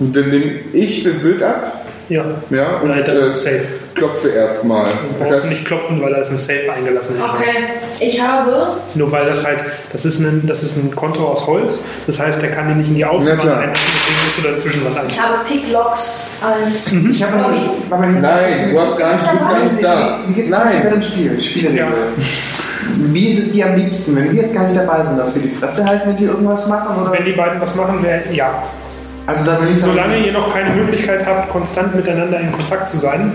Und dann nehme ich das Bild ab Ja, ja, und Nein, das äh, ist safe. klopfe erstmal. du Das, brauchst nicht klopfen, weil da ist ein Safe eingelassen. Okay, ich habe. Nur weil das halt, das ist, ein, das ist ein Konto aus Holz, das heißt, der kann dir nicht in die Außenwand Na klar. einpacken, deswegen musst du dazwischen was Ich einpacken. habe Picklocks als. Hm. Ich habe noch Lobby. Mhm. nie. Nein, Nein, du hast gar nicht- du bist gar nicht da. Wie geht's Nein. Nein. mit dem Spiel? Spielregel. Ja. Wie ist es dir am liebsten, wenn wir jetzt gar nicht dabei sind, dass wir die Fresse halten, wenn die irgendwas machen? Oder? Wenn die beiden was machen, wäre ja. Also, da will ich sagen, Solange ihr noch keine Möglichkeit habt, konstant miteinander in Kontakt zu sein,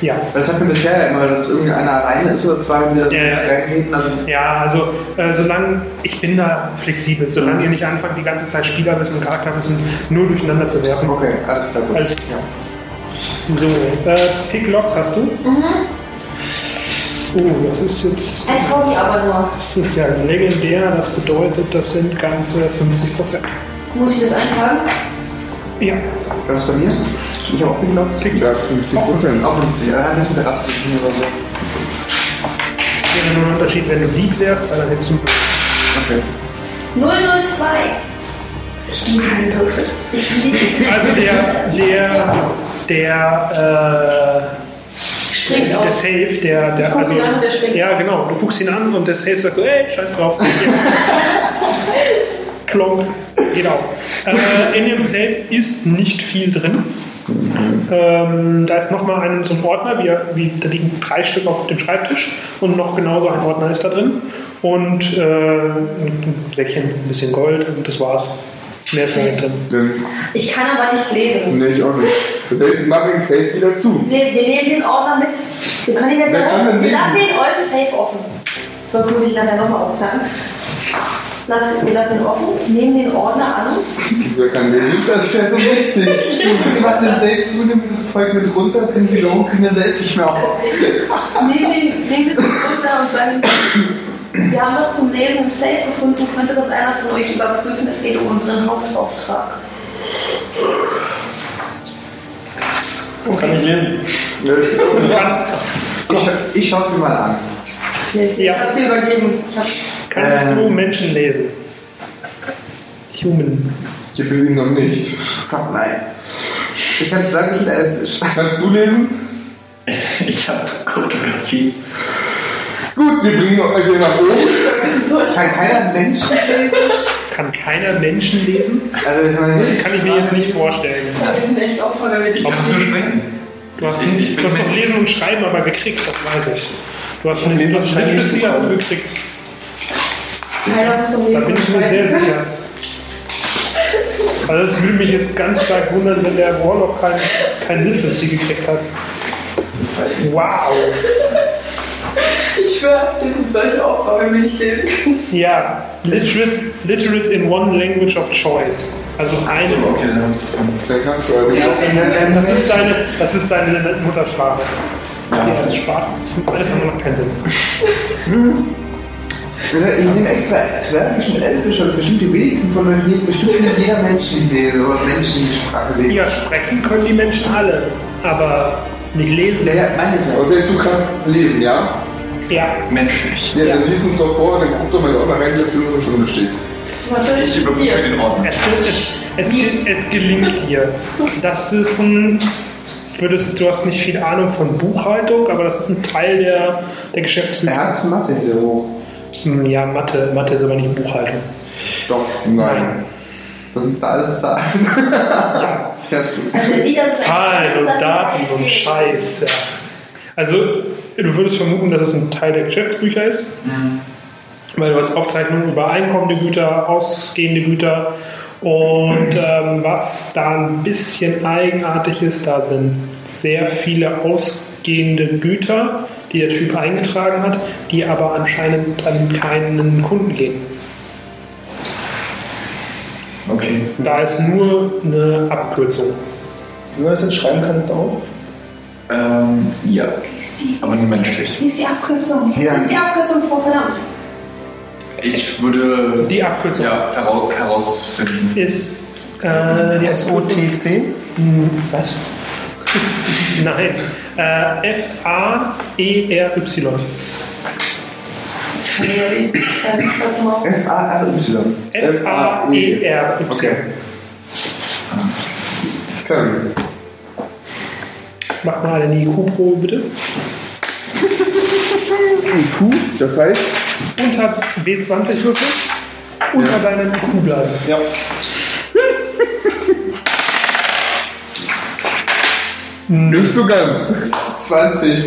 ja. Das hat mir bisher immer, dass irgendeiner alleine ist oder zwei, die da Ja, ja. reinreden. Also, Ja, also äh, solange ich bin da flexibel, solange ihr nicht anfangt, die ganze Zeit Spielerwissen und Charakterwissen nur durcheinander zu werfen. okay, alles klar. Gut. Also- ja. So, äh, Picklocks hast du? Mhm. Oh, das ist jetzt. Als Hobby aber nur. Das ist ja legendär, das bedeutet, das sind ganze 50 Prozent. Muss ich das eintragen? Ja, Was ist bei mir? Ich habe auch geglaubt. ja, 50 Prozent. Auch 50. Ah, das mit der Rast oder so. wäre nur ein Unterschied, wenn du Sieg wärst, weil dann hättest du einen Bonus. 002. Ich liebe diesen Begriff. Ich liebe ihn. Also der, der, der, äh, Springt Der auf. Safe, der, der, Genau. Ich guck ihn an und der springt. Ja, genau. Du guckst ihn an und der Safe sagt so, ey, scheiß drauf. <laughs> Klonk, geht auf. Äh, in dem Safe ist nicht viel drin. Ähm, da ist nochmal ein, so ein Ordner, wie, wie, da liegen drei Stück auf dem Schreibtisch und noch genauso ein Ordner ist da drin. Und äh, ein Säckchen, ein bisschen Gold und das war's. Mehr ist da nicht drin. Dann Ich kann aber nicht lesen. nehme ich auch nicht. Das heißt, ich mache den Safe wieder zu. Wir, wir nehmen den Ordner mit. Wir können ihn jetzt Wir können ihn wir lesen. lassen den ollen Safe offen. Sonst muss ich nachher nochmal aufknacken. Lass, wir lassen ihn offen, nehmen den Ordner an. Wer kann lesen? Das wäre so <laughs> witzig. Wir machen dann selbst so, nehmen das Zeug mit runter, bringen sie da hoch, kriegen dann selbst nicht mehr auf. Nehmen den, nehmen das runter und sagen, wir haben das zum Lesen im Safe gefunden. Könnte das einer von euch überprüfen? Es geht um unseren Hauptauftrag. Kann ich lesen. Du kannst, Ich, scha- ich schaue es mir mal an. Ich, Ja. ich habe sie übergeben. Ich hab, kannst du Ähm. Menschen lesen. Human. Ich habe es ihm noch nicht. Fuck, nein. Ich kann es wirklich äh, mit Elfisch. Kannst du lesen? Ich habe Kryptographie. Gut, wir bringen euch hier nach oben. Kann keiner Mensch lesen? Kann keiner Menschen lesen? Also, ich meine, Kann ich mir jetzt nicht vorstellen. wir sind echt Opfer, wenn wir Ich nicht kann es nur sprechen. Du hast, Ich- ich du hast bin doch Mensch. Lesen und Schreiben aber gekriegt, das weiß ich. Du hast eine Lesen und Schreiben Literacy hast du gekriegt. Keiner muss um Da bin ich mir sehr sicher. Also es würde mich jetzt ganz stark wundern, wenn der Warlock kein, kein Literacy gekriegt hat. Das weiß ich. Wow. Ich schwöre, wir sind solche Opfer, wenn wir nicht lesen können. Ja, literate, literate in one language of choice. Also eine. Also, okay, dann hab ich gefunden. Dann kannst du also. wenn Das das ist deine, das ist deine Muttersprache. Die Ja. als Sprache. Alles andere macht keinen Sinn. Ich nehme extra Zwergisch und Elfisch, weil bestimmt die wenigsten von euch lesen, bestimmt nicht jeder Mensch lesen oder Menschen die Sprache lesen. Ja, sprechen können die Menschen alle, aber nicht lesen. Ja, ja, meine ich ja. Das heißt, du kannst lesen, ja? Ja. menschlich. Ja, dann liest uns doch vor, dann guck doch mal, ob man reingesetzt ist, was drin steht. Was soll Ich ich mit überprüfe dir? den Ordner. Es, es, es, es, es gelingt dir. Das ist ein. Würdest, du hast nicht viel Ahnung von Buchhaltung, aber das ist ein Teil der, der Geschäftsbücher. Er hat Mathe sehr hoch. Hm, Ja, Mathe, Mathe ist aber nicht Buchhaltung. Doch, nein. Das sind alles Zahlen. <laughs> ja, ist gut. Also er sieht, dass es Zahlen Halt und dass es Daten und einfällt. Scheiß. Ja. Also, du würdest vermuten, dass es ein Teil der Geschäftsbücher ist, Mhm. weil du hast Aufzeichnungen über einkommende Güter, ausgehende Güter und ähm, was da ein bisschen eigenartig ist, da sind sehr viele ausgehende Güter, die der Typ eingetragen hat, die aber anscheinend an keinen Kunden gehen. Okay. Da ist nur eine Abkürzung. Wenn du das jetzt schreiben kannst, auch. Ähm, ja. Lies die- Aber nur menschlich. Lies die Abkürzung. Lies Ja. jetzt die Abkürzung vor, verdammt. Ich würde Die Abkürzung ja, heraus, herausfinden. ist äh, die Abkürzung OTC? Hm, Was? <laughs> Nein. Äh, E F-A-E-R-Y. Okay, dann stopp mal. F-A-R-Y. E F-A-E-R-Y. E Okay. Können. Mach mal eine IQ-Probe bitte. IQ, das heißt, Unter W20 würfel. Unter Ja. deinem IQ bleiben. Ja. nicht so ganz. 20.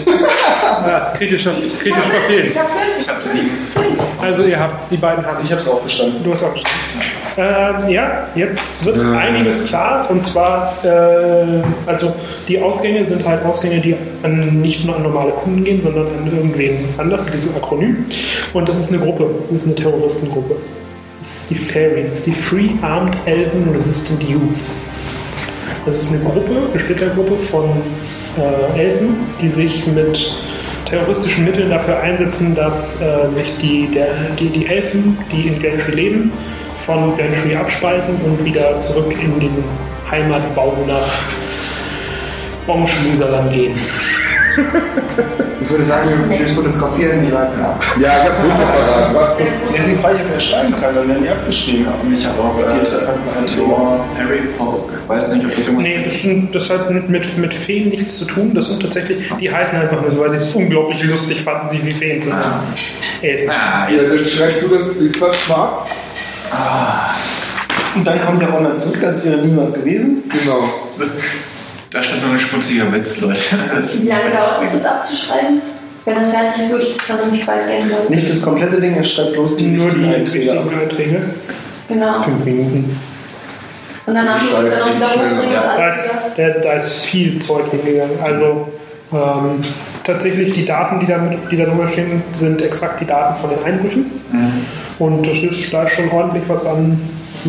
Ah, kritisch, kritisch verfehlt. Ich hab fünf. Ich habe sieben. Also ihr habt die beiden haben. Ich habe es auch bestanden. Du hast auch bestanden. Ähm, ja, jetzt wird Ja. einiges klar. Und zwar, äh, also die Ausgänge sind halt Ausgänge, die an nicht nur an normale Kunden gehen, sondern an irgendwen anders mit diesem Akronym. Und das ist eine Gruppe, das ist eine Terroristengruppe. Das ist die Fairy, das ist die Free Armed Elven Resistant Youth. Das ist eine Gruppe, eine Splittergruppe von äh, Elfen, die sich mit terroristischen Mitteln dafür einsetzen, dass äh, sich die, der, die, die Elfen, die in Gantry leben, von Gantry abspalten und wieder zurück in den Heimatbau nach Bonschmuserland gehen. Ich würde sagen, wir fotografieren die Seiten ab. Ja, ich hab Blumen verraten. Deswegen frage ich, ob er schreiben kann, dann werden die abgeschrieben. Und ich habe auch Die äh, interessanten Thor, Harry Folk. Weiß nicht, ob das irgendwas Nee, das, sind, das hat mit, mit, mit Feen nichts zu tun. Das sind tatsächlich, die heißen einfach nur so, weil sie es unglaublich lustig fanden, sie wie Feen sind. Ah. Elfen. Ah, Ja, jetzt. dann Also, schreibst du das den Quatsch mal ab. Und dann kommt der Ronald zurück, als wäre nie was gewesen. Genau. Da stand noch ein schmutziger Witz, Leute. Das ist- Wie lange dauert es, das abzuschreiben? Wenn er fertig ist, würde ich das dann nämlich bald gerne machen. Nicht das komplette Ding, er schreibt bloß die Nur die wichtigen Einträge. Einträge ab. Einträge. Genau. Fünf Minuten. Und danach muss ich dann auch wieder Schneller, hochbringen und ja. Da alles ist, wieder. da, da ist viel Zeug hingegangen. Also ähm, tatsächlich die Daten, die da, mit, die da drüber stehen, sind exakt die Daten von den Einbrüchen. Mhm. Und das ist, da ist schon ordentlich was an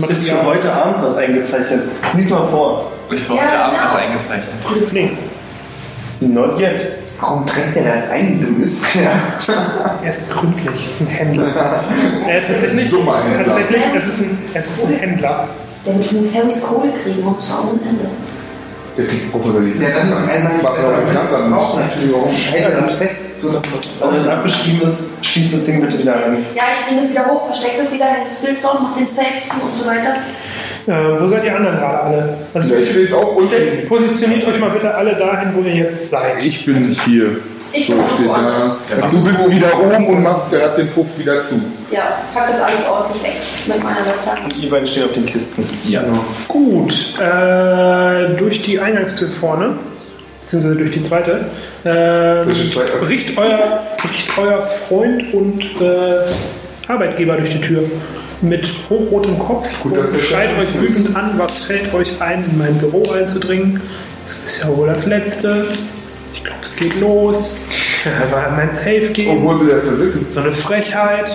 Ist für heute Abend was eingezeichnet. Lies mal vor. Ist für Ja, heute Abend genau. was eingezeichnet. Nee, Not yet. Warum trägt der das ein, du Mist? Ja. er ist gründlich, ist ein <laughs> Händler. äh, tatsächlich, Dummer Händler. tatsächlich es, ist ein, es ist ein Händler. Der wird von Ferris Kohle kriegen und zwar ohne Ende. Das ist professionell. Ja, das ist einmal Das macht man auch im Finanzamt Auch noch. natürlich, warum hält er das fest? So, dass man das Also wenn es abgeschrieben ist, schließt das Ding bitte wieder an. Ja, ich bringe das wieder hoch, verstecke das wieder, hält das Bild drauf, mach den Safe zu und so weiter. Äh, wo seid ihr anderen gerade alle? Also, Ja, ich will jetzt auch stellt- unten. positioniert euch mal bitte alle dahin, wo ihr jetzt seid. Ich bin nicht hier. Ich So bin auch steht woanders. da. Du bist wieder oben und machst gerade den Puff wieder zu. Ja, pack das alles ordentlich weg mit meiner Webklasse. Und ihr beiden steht auf den Kisten. Genau. Ja. Gut, äh, durch die Eingangstür vorne, beziehungsweise durch die zweite, äh, Durch die zweite. bricht, euer, bricht euer Freund und äh, Arbeitgeber durch die Tür. Mit hochrotem Kopf Gut, dass und das schreit da euch ist. wütend an, was fällt euch ein, in mein Büro einzudringen. Das ist ja wohl das Letzte. Ich glaube, es geht los. Er war mein Safe geben. Obwohl will er das denn wissen. So eine Frechheit.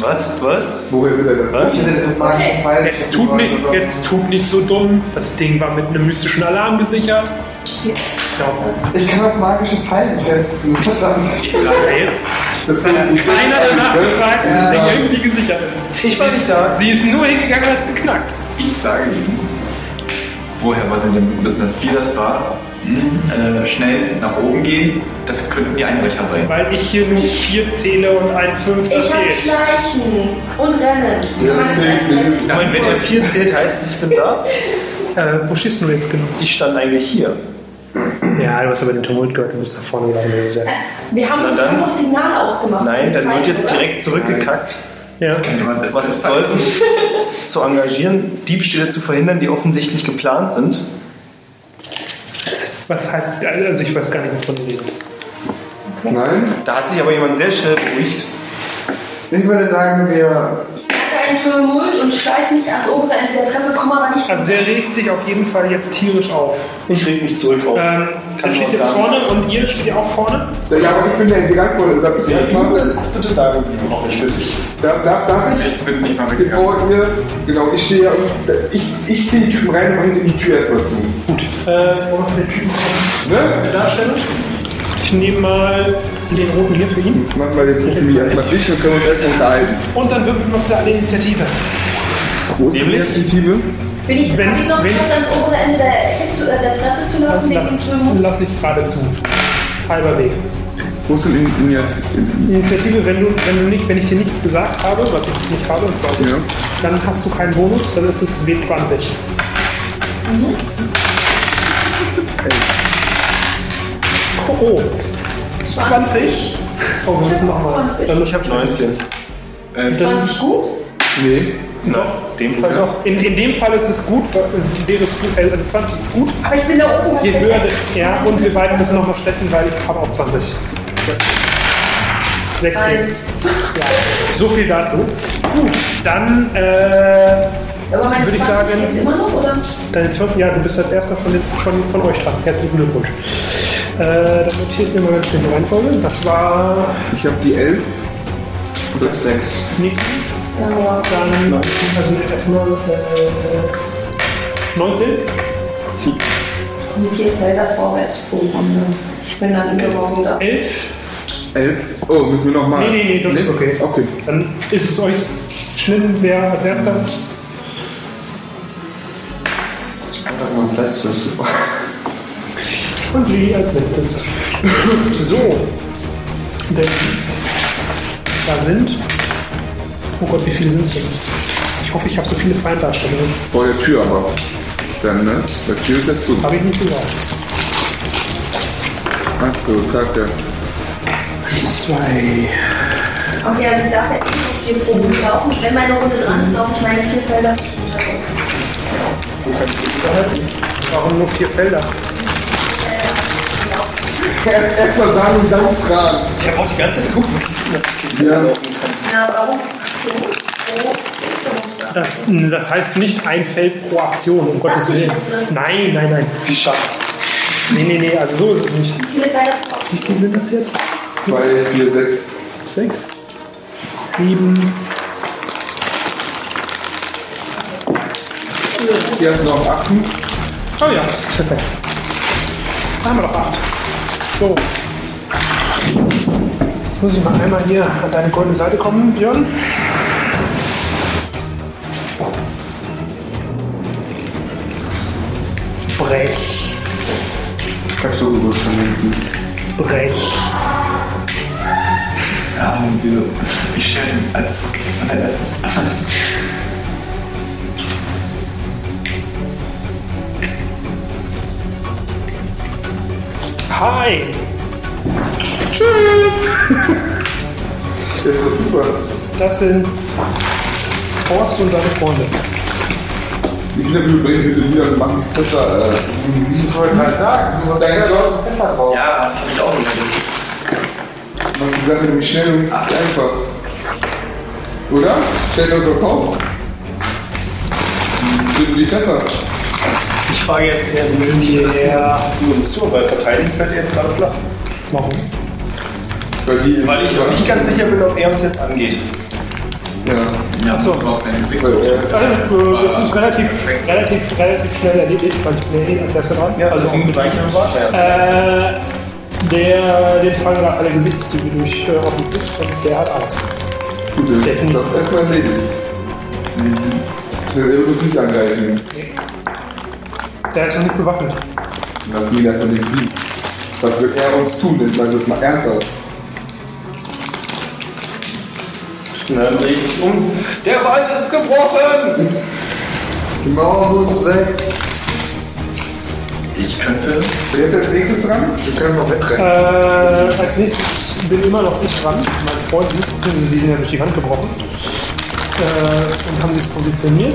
Was? Was? Woher will er das Ich hätte jetzt einen magischen Pfeil Jetzt gezogen, tut, nicht, oder? jetzt tut nicht so dumm. Das Ding war mit einem mystischen Alarm gesichert. Genau. Ich kann auf magische Pfeile testen. Verdammt. Ich sage jetzt. Das tut nicht. Keiner Das ist danach ein Wölf. gefragt, dass das Ja. Ding irgendwie gesichert ist. Ich war nicht da. Sie ist nur hingegangen, hat sie knackt. Ich sage Ihnen, woher war denn der Business, wie das war? äh, schnell nach oben gehen. Das könnten die Einbrecher sein. Weil ich hier nur vier zähle und ein Fünfter Ich hab fehlt. Schleichen und Rennen. Kann man das als Ich Rennen- dachte, Wenn er mal, 4 zählt, heißt es, ich bin da. Äh, wo schießt du jetzt genau? Ich stand eigentlich hier. Ja, du hast aber den Tumult gehört, du bist nach vorne gelaufen. Das ist ja. Wir haben Na wir dann. haben das Signal ausgemacht. Nein, dann wird Falsch, jetzt oder? direkt zurückgekackt. ja. jemand ist- Was es soll, uns zu engagieren, Diebstähle zu verhindern, die offensichtlich geplant sind. Was heißt, also ich weiß gar nicht, wovon du redest. Nein? Da hat sich aber jemand sehr schnell beruhigt. Ich würde sagen, wir. Ich packe einen Tumult Also und schleiche mich ans obere Ende der Treppe, komme aber nicht. Also der regt sich auf jeden Fall jetzt tierisch auf. Ich reg mich zurück auf. Ähm, Kann er steht man jetzt sagen. vorne und ihr steht auch vorne. Ja, aber ich bin der ganz vorne, sag ich erstmal. bitte da geblieben, auch nicht für dich. Darf, darf, darf ich? Ich bin nicht mal weggegangen. Bevor ihr, genau, ich stehe ja, ich, ich ziehe die Typen rein und mache ihnen die Tür erstmal zu. Äh, wo macht der Typ Ne? Darstellung? Ich nehme mal den roten hier für ihn. Mach mal den Profi erstmal dicht und können wir uns erstmal unterhalten. Und dann würfeln wir wieder alle Initiative. Wo ist die Nämlich? Initiative? Bin ich, Wenn- hab ich noch wenn- geschafft, ans obere Ende der, zu- äh, der Treppe zu Das laufen wegen lass, dem Tumult? lass ich gerade zu. Halber Weg. Wo ist denn die Initiative? Initiative, wenn du, wenn du nicht, wenn ich dir nichts gesagt habe, was ich nicht habe, das weiß ich, Ja. dann hast du keinen Bonus, dann ist es W20. Oh, oh. 20? Oh, wir müssen nochmal. 20. Dann ich hab 19. Äh, 20 gut? Nee. Noch? In dem Fall doch. In, in dem Fall ist es gut, weil- äh, wäre es gut, äh, also 20 ist gut. Aber ich bin da oben. Je höher das ja, und wir beide müssen nochmal stecken, weil ich habe auch 20. 16. Eins. Ja, so viel dazu. Gut, dann, äh, Aber meine Würde ich 20 sagen- hält immer noch, oder? dann ist fünf, ja, du bist als erster von, den, von, von euch dran. Herzlichen Glückwunsch. Äh, dann notiere ich mir mal ganz schnell die Reihenfolge. Das war Ich habe die 11 und das 6. Niki, Ja, dann also erstmal äh, 19. und vier Felder vorwärts. ne? Ich bin dann übermorgen da. 11. 11? Oh, müssen wir nochmal? Nee, nee, nee, doch, okay. Okay. Dann ist es euch schnitten, wer als erster. Und letztes. Und G als letztes. so. Denn da sind. Oh Gott, wie viele sind es denn? Ich hoffe, ich habe so viele Feinddarstellungen. Vor der Tür aber. Dann, ne? Die Tür ist jetzt zu. Habe ich nicht gesagt. Ach du Kacke. Zwei. Okay, also ich darf jetzt nicht auf vier Proben laufen. Wenn meine Runde dran ist, laufe ich meine vier Felder. Warum nur vier Felder? Erst erstmal sagen und dann fragen. Ich habe auch die ganze Zeit geguckt, was ist denn das? Ja. Na, warum? So, Oh, so, so. Das, das heißt nicht ein Feld pro Aktion, um Gottes Ach, Willen. Scheiße. Nein, nein, nein. Wie schafft Nee, nee, nee, also so ist es nicht. Wie viele Felder brauchst Wie viele sind das jetzt? 2, 4, 6. Sechs, sieben, Hier hast du noch 8. Oh ja, perfekt. Da haben wir doch acht. So. Jetzt muss ich mal einmal hier an deine goldene Seite kommen, Björn. Brech, Ich hab so gewusst von hinten. brech. Ja, wieso? Ich stelle als allererstes an. Hi! Das ist doch super. Das sind Horst und seine Freunde. Die Kinder bringen bitte wieder und machen die Fässer. Äh, Ich wollte gerade sagen, Dein Job. Ja. Ja, hab ich auch gemerkt. machen die Sache nämlich schnell und einfach. Oder? Stellt uns das Haus. Sind die Fässer. Ich frage jetzt eher, wie Ja. das zu uns zu, weil verteidigen fällt jetzt gerade flach. Warum? Weil, die, Weil ich auch nicht ganz sicher bin, ob er uns jetzt angeht. Ja. Ja, so. das war auch sein Gesicht. Weil er Also, äh, das ist relativ, relativ, relativ schnell erledigt, weil ich bin ja eh als erster dran. Ja, also deswegen sage ich am Warten erst. Äh, der, den fangen gerade alle Gesichtszüge durch äh, aus dem Gesicht und der hat Angst. Gute. Definitiv. Das ist erstmal erledigt. Mhm. Du musst nicht angreifen. Der ist noch nicht bewaffnet. Lass ihn erstmal nichts liegen. Was wird er uns tun? Ich meine, das mal ernsthaft. Dann drehe ich mich um. Der Wald ist gebrochen! Die Mauer muss weg. Ich könnte Wer ist als nächstes dran? Wir können noch Äh, wettrennen. als nächstes bin immer noch ich dran, meine Freunde. Sie sind ja durch die Wand gebrochen äh, und haben sich positioniert.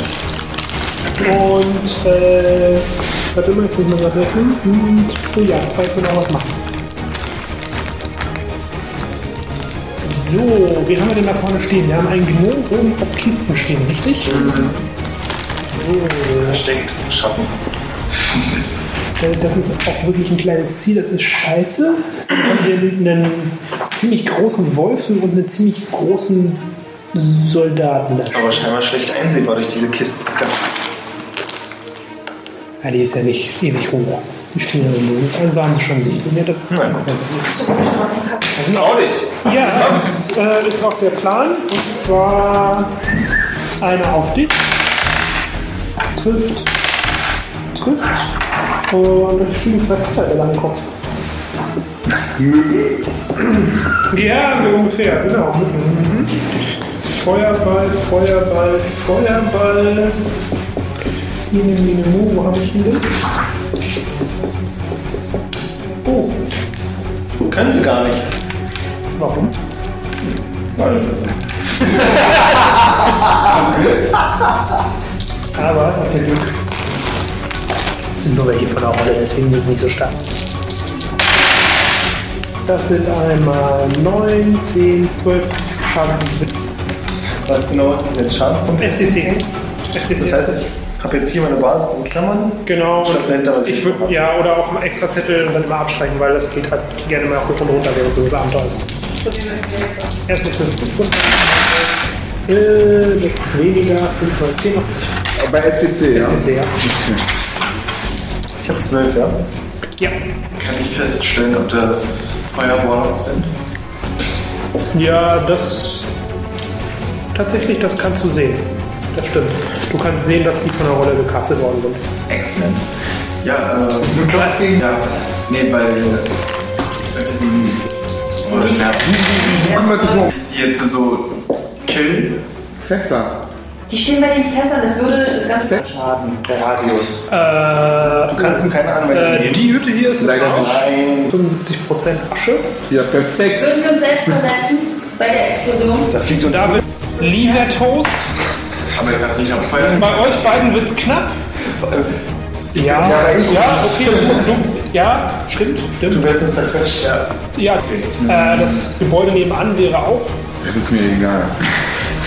Und äh, warte mal, jetzt muss ich mal gerade rechnen. Hm, Oh ja, zwei können auch was machen. So, wen haben wir denn da vorne stehen? Wir haben einen Gnom oben auf Kisten stehen, richtig? So, versteckt Schatten. äh, Das ist auch wirklich ein kleines Ziel, das ist scheiße. Dann haben wir einen ziemlich großen Wolfen und einen ziemlich großen Soldaten da. Aber scheinbar schlecht einsehbar durch diese Kiste. Ja, die ist ja nicht ewig hoch. Die stehen ja irgendwo. Also da haben sie schon Sicht. Ja, das- Nein, gut. So, schon mal verkackt. Das sind auch nicht. Ja, das äh, ist auch der Plan. Und zwar einer auf dich. Trifft. Trifft. Und dann fliegen zwei Feuerbälle am Kopf. Ja, so ungefähr, genau. Mhm. Feuerball, Feuerball, Feuerball. Mine, Mine, Mu, wo habe ich ihn denn? Oh, Können sie gar nicht. warum? Aber Ah, auf der Glück. Es sind nur welche von der Rolle, deswegen ist es nicht so stark. Das sind einmal 9, 10, 12 Schaden. Was genau ist denn jetzt Schadenspunkt? SDC. SDC. Das heißt, ich habe jetzt hier meine Basis in Klammern. genau. Schreibt dahinter, was Ich ich würde ja oder auf einen extra Zettel und dann immer abstreichen, weil das geht halt gerne mal hoch und runter, während so ein Abenteuer ist. Erstmal 5 Sekunden. Äh, das ist weniger, 5 mal 10 noch nicht. Bei SPC, ja. SDC, ja. Ich habe zwölf, ja. Ja, Kann ich feststellen, ob das Feuerwarnungs sind? Ja, das. Tatsächlich, das kannst du sehen. Das stimmt. Du kannst sehen, dass die von der Rolle gecastet worden sind. Excellent. Ja, äh, Was? ja. Nee, weil. äh, Oder ja. Die jetzt sind so Kill. Fässer. Die stehen bei den Fässern, das würde das ganze. Schaden. Der Radius. Äh, Du kannst ihm keine Anweisung äh, geben. die Hütte hier ist Leider auch nicht. Nein. 75% Asche. Ja, perfekt. Würden wir uns selbst verletzen bei der Explosion? Da fliegt uns Da wird Liefer Toast. Aber ich darf nicht auf Feuer. Bei euch beiden wird's knapp. Ja, Ja, aber ich- ja, okay. Du, ja, stimmt, Du stimmt. wirst jetzt zerquetscht. Ja. Ja, äh, das Gebäude nebenan wäre auf. Es ist mir egal.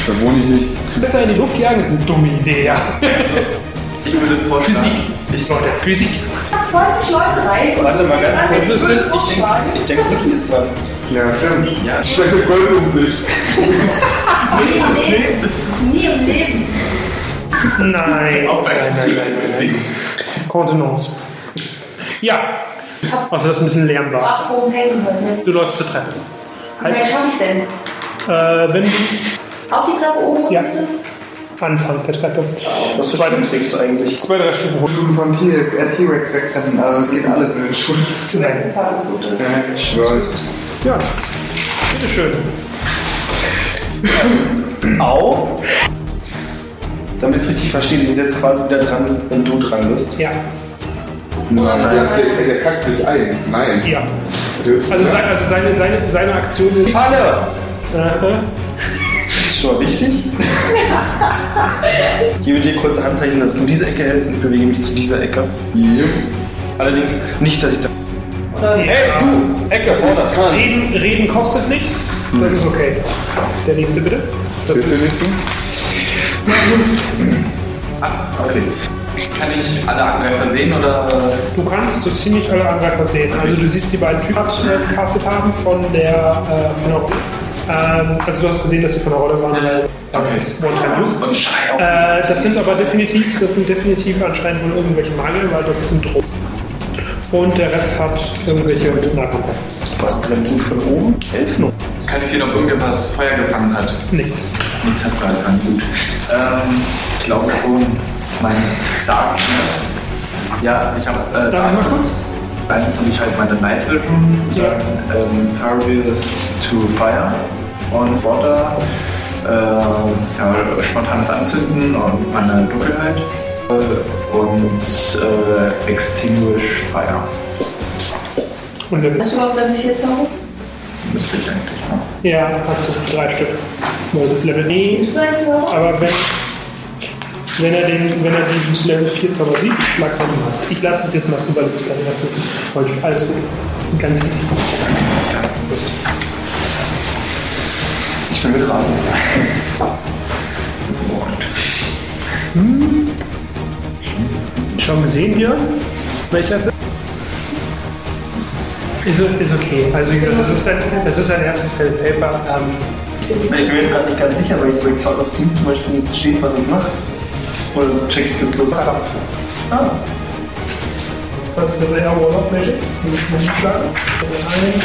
Da wohne ich nicht. Besser in die Luft jagen ist eine dumme Idee, ja. Ich würde vorschlagen. Ich wollte Physik. 20 Leute rein und Warte mal ganz kurz. Das sind- Ich denke, ich denke, Ricky ist dran. Ja, stimmt. Ja, Strecke Gold um sich. nie im Leben. Nie im Leben. Nein. auch bei Physik. Kontenance. Ja. Außer dass ein bisschen Lärm war. Ach, oben hängen können. Du läufst zur Treppe. Wie weit Halt. schaffe ich denn? Äh, wenn du Auf die Treppe oben? Ja. bitte? Anfang der Treppe. Was für Schaden trägst du eigentlich? Zwei, drei Stufen hoch. Schuhe von T-Rex, äh, T-Rex wegtreffen, aber es geht alles mit den Schuhen. Nein. Ein paar Minuten. Ja, ich schwöre. Ja. Bitteschön. Au. Damit ich es richtig verstehe, die sind jetzt quasi wieder dran, wenn du dran bist. Ja. Nein, der, der, der kackt sich ein. Nein. Ja. Also, sein, also seine, seine, seine Aktion ist. Falle! Äh, Ist schon mal wichtig. Ich gebe dir kurz ein Anzeichen, dass du diese Ecke hältst und ich bewege mich zu dieser Ecke. Yep. Allerdings nicht, dass ich da. Hey, du! Ecke, vorne! reden, reden kostet nichts. Das ist okay. Der nächste bitte. Das Bist du nicht so? Ah, okay. Kann ich alle Angreifer sehen oder. Du kannst so ziemlich alle Angreifer sehen. Also du siehst die beiden Typen die äh, gecastet haben von der äh, von der Rolle. Ähm, also du hast gesehen, dass sie von der Rolle waren. Das ist One-Time-Use. äh, Und schrei auf. Äh, das sind aber definitiv, das sind definitiv anscheinend wohl irgendwelche Magier, weil das ist ein Druck. Und der Rest hat irgendwelche Nahkämpfer. Was brennt gut von oben? Elf noch. Kann ich sehen, ob irgendwas Feuer gefangen hat? Nichts. Nichts hat Feuer gefangen, gut. Ähm, ich glaube schon, mein Darkness. Ja, ich habe. Äh, Darf ich mal kurz? Eins habe ich halt meine Night Vision, dann ähm, Pervious to Fire und Water, äh, ja, spontanes Anzünden und meine Dunkelheit äh, und äh, Extinguish Fire. Und Level. Hast du überhaupt Level 4 Zauber? Müsste ich eigentlich, ne? Ja, hast du drei Stück. Nur das Level nee, Gibt's einen Zauber? aber wenn, wenn er den, wenn er die Level 4 Zauber sieht, schlag's an den Ast. Ich lasse es jetzt mal zu, weil es ist dann das ist heute alles gut. Ganz easy. Ich bin mit dran. Und Hm? Schon gesehen hier, welcher es ist. Ist, o- ist okay. Also wie gesagt, das ist ein, das ist ein erstes Feld Paper. Ähm, Ich bin mir jetzt gerade nicht ganz sicher, weil ich übrigens auf Steam zum Beispiel steht, was es macht. Oder check ich das bloß ab? Ah, was ist der ne? Wall of Magic? Das ist ein Schlag. Level 1.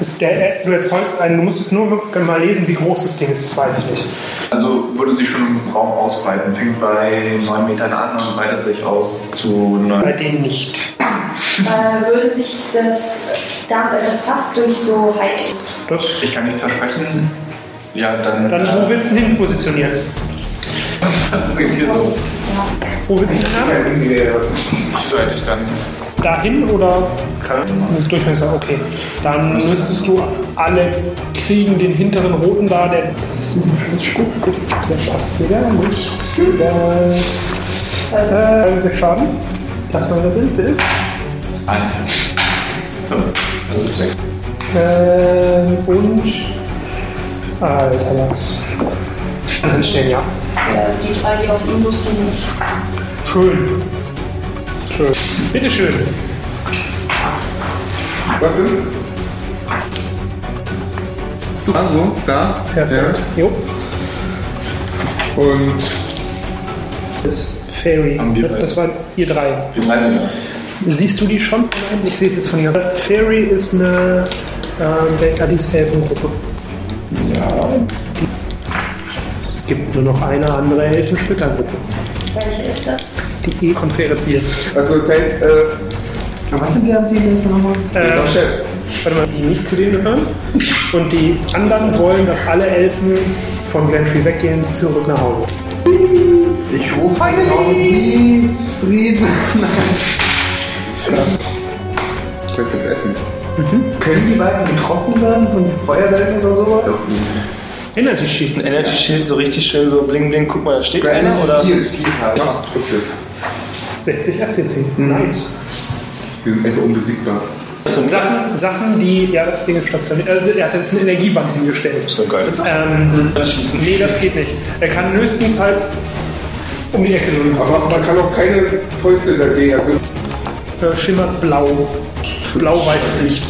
Ist der, du erzeugst einen, du musst es nur mal lesen, wie groß das Ding ist, das weiß ich nicht. Also würde sich schon im Raum ausbreiten, fängt bei 9 Metern an und breitet sich aus zu Bei 9. denen nicht. Äh, würde sich das, da das fast durch so halten. Das, Ich kann nichts versprechen. Ja, dann. äh, dann wo willst du ihn hin positionieren? das ist hier so. Wo willst du ihn haben? So hätte ich dann. Dahin oder Das Durchmesser? Okay. Dann müsstest du alle kriegen den hinteren roten da, der. Das ist ein Spuk, der passt wieder nicht. Wieder. Äh, sechs Schaden. Das war der Bild, bitte. Eins. Fünf. Also sechs. Ähm, und. Alter, Lachs. Dann stehen, ja. Äh, die drei, die auf ihn mussten, nicht. Schön. Schön. Bitteschön. Was denn? Also, da. Perfekt. Jo. Ja. Und Das Fairy. Haben wir beide. Das war ihr drei. Wie drei sind Siehst du die schon von hinten? Ich sehe es jetzt von hier. Fairy ist eine ähm, Weltadis Elfengruppe. Ja. Es gibt nur noch eine andere Elfensplittergruppe. Welche ist das? Die eh konträre Ziel. also das heißt, äh, was sind die am Ziel jetzt nochmal? Äh, Der Chef. Warte mal, die nicht zu denen gehören. Und die anderen wollen, dass alle Elfen von Glentree weggehen, zurück nach Hause. Ich rufe Peace, Frieden. Ich will das Essen. Können die beiden getroffen werden von Feuerwerken oder sowas? Energy schießen. Energy Shield so richtig schön, so bling bling, guck mal, da steht Bei einer oder? Viel, viel halt. Ja, guck dir. 60 FCC. Nice. Wir sind einfach unbesiegbar. Zum Sachen, Sachen, die. Ja, das Ding ist stationiert. Also, er hat jetzt eine Energiewand hingestellt. So geil. Das ist Ähm, schießen. nee, das geht nicht. Er kann höchstens halt um die Ecke lösen. Aber man kann auch keine Fäuste dagegen. Also, äh, schimmert blau. Blau-weißes Licht.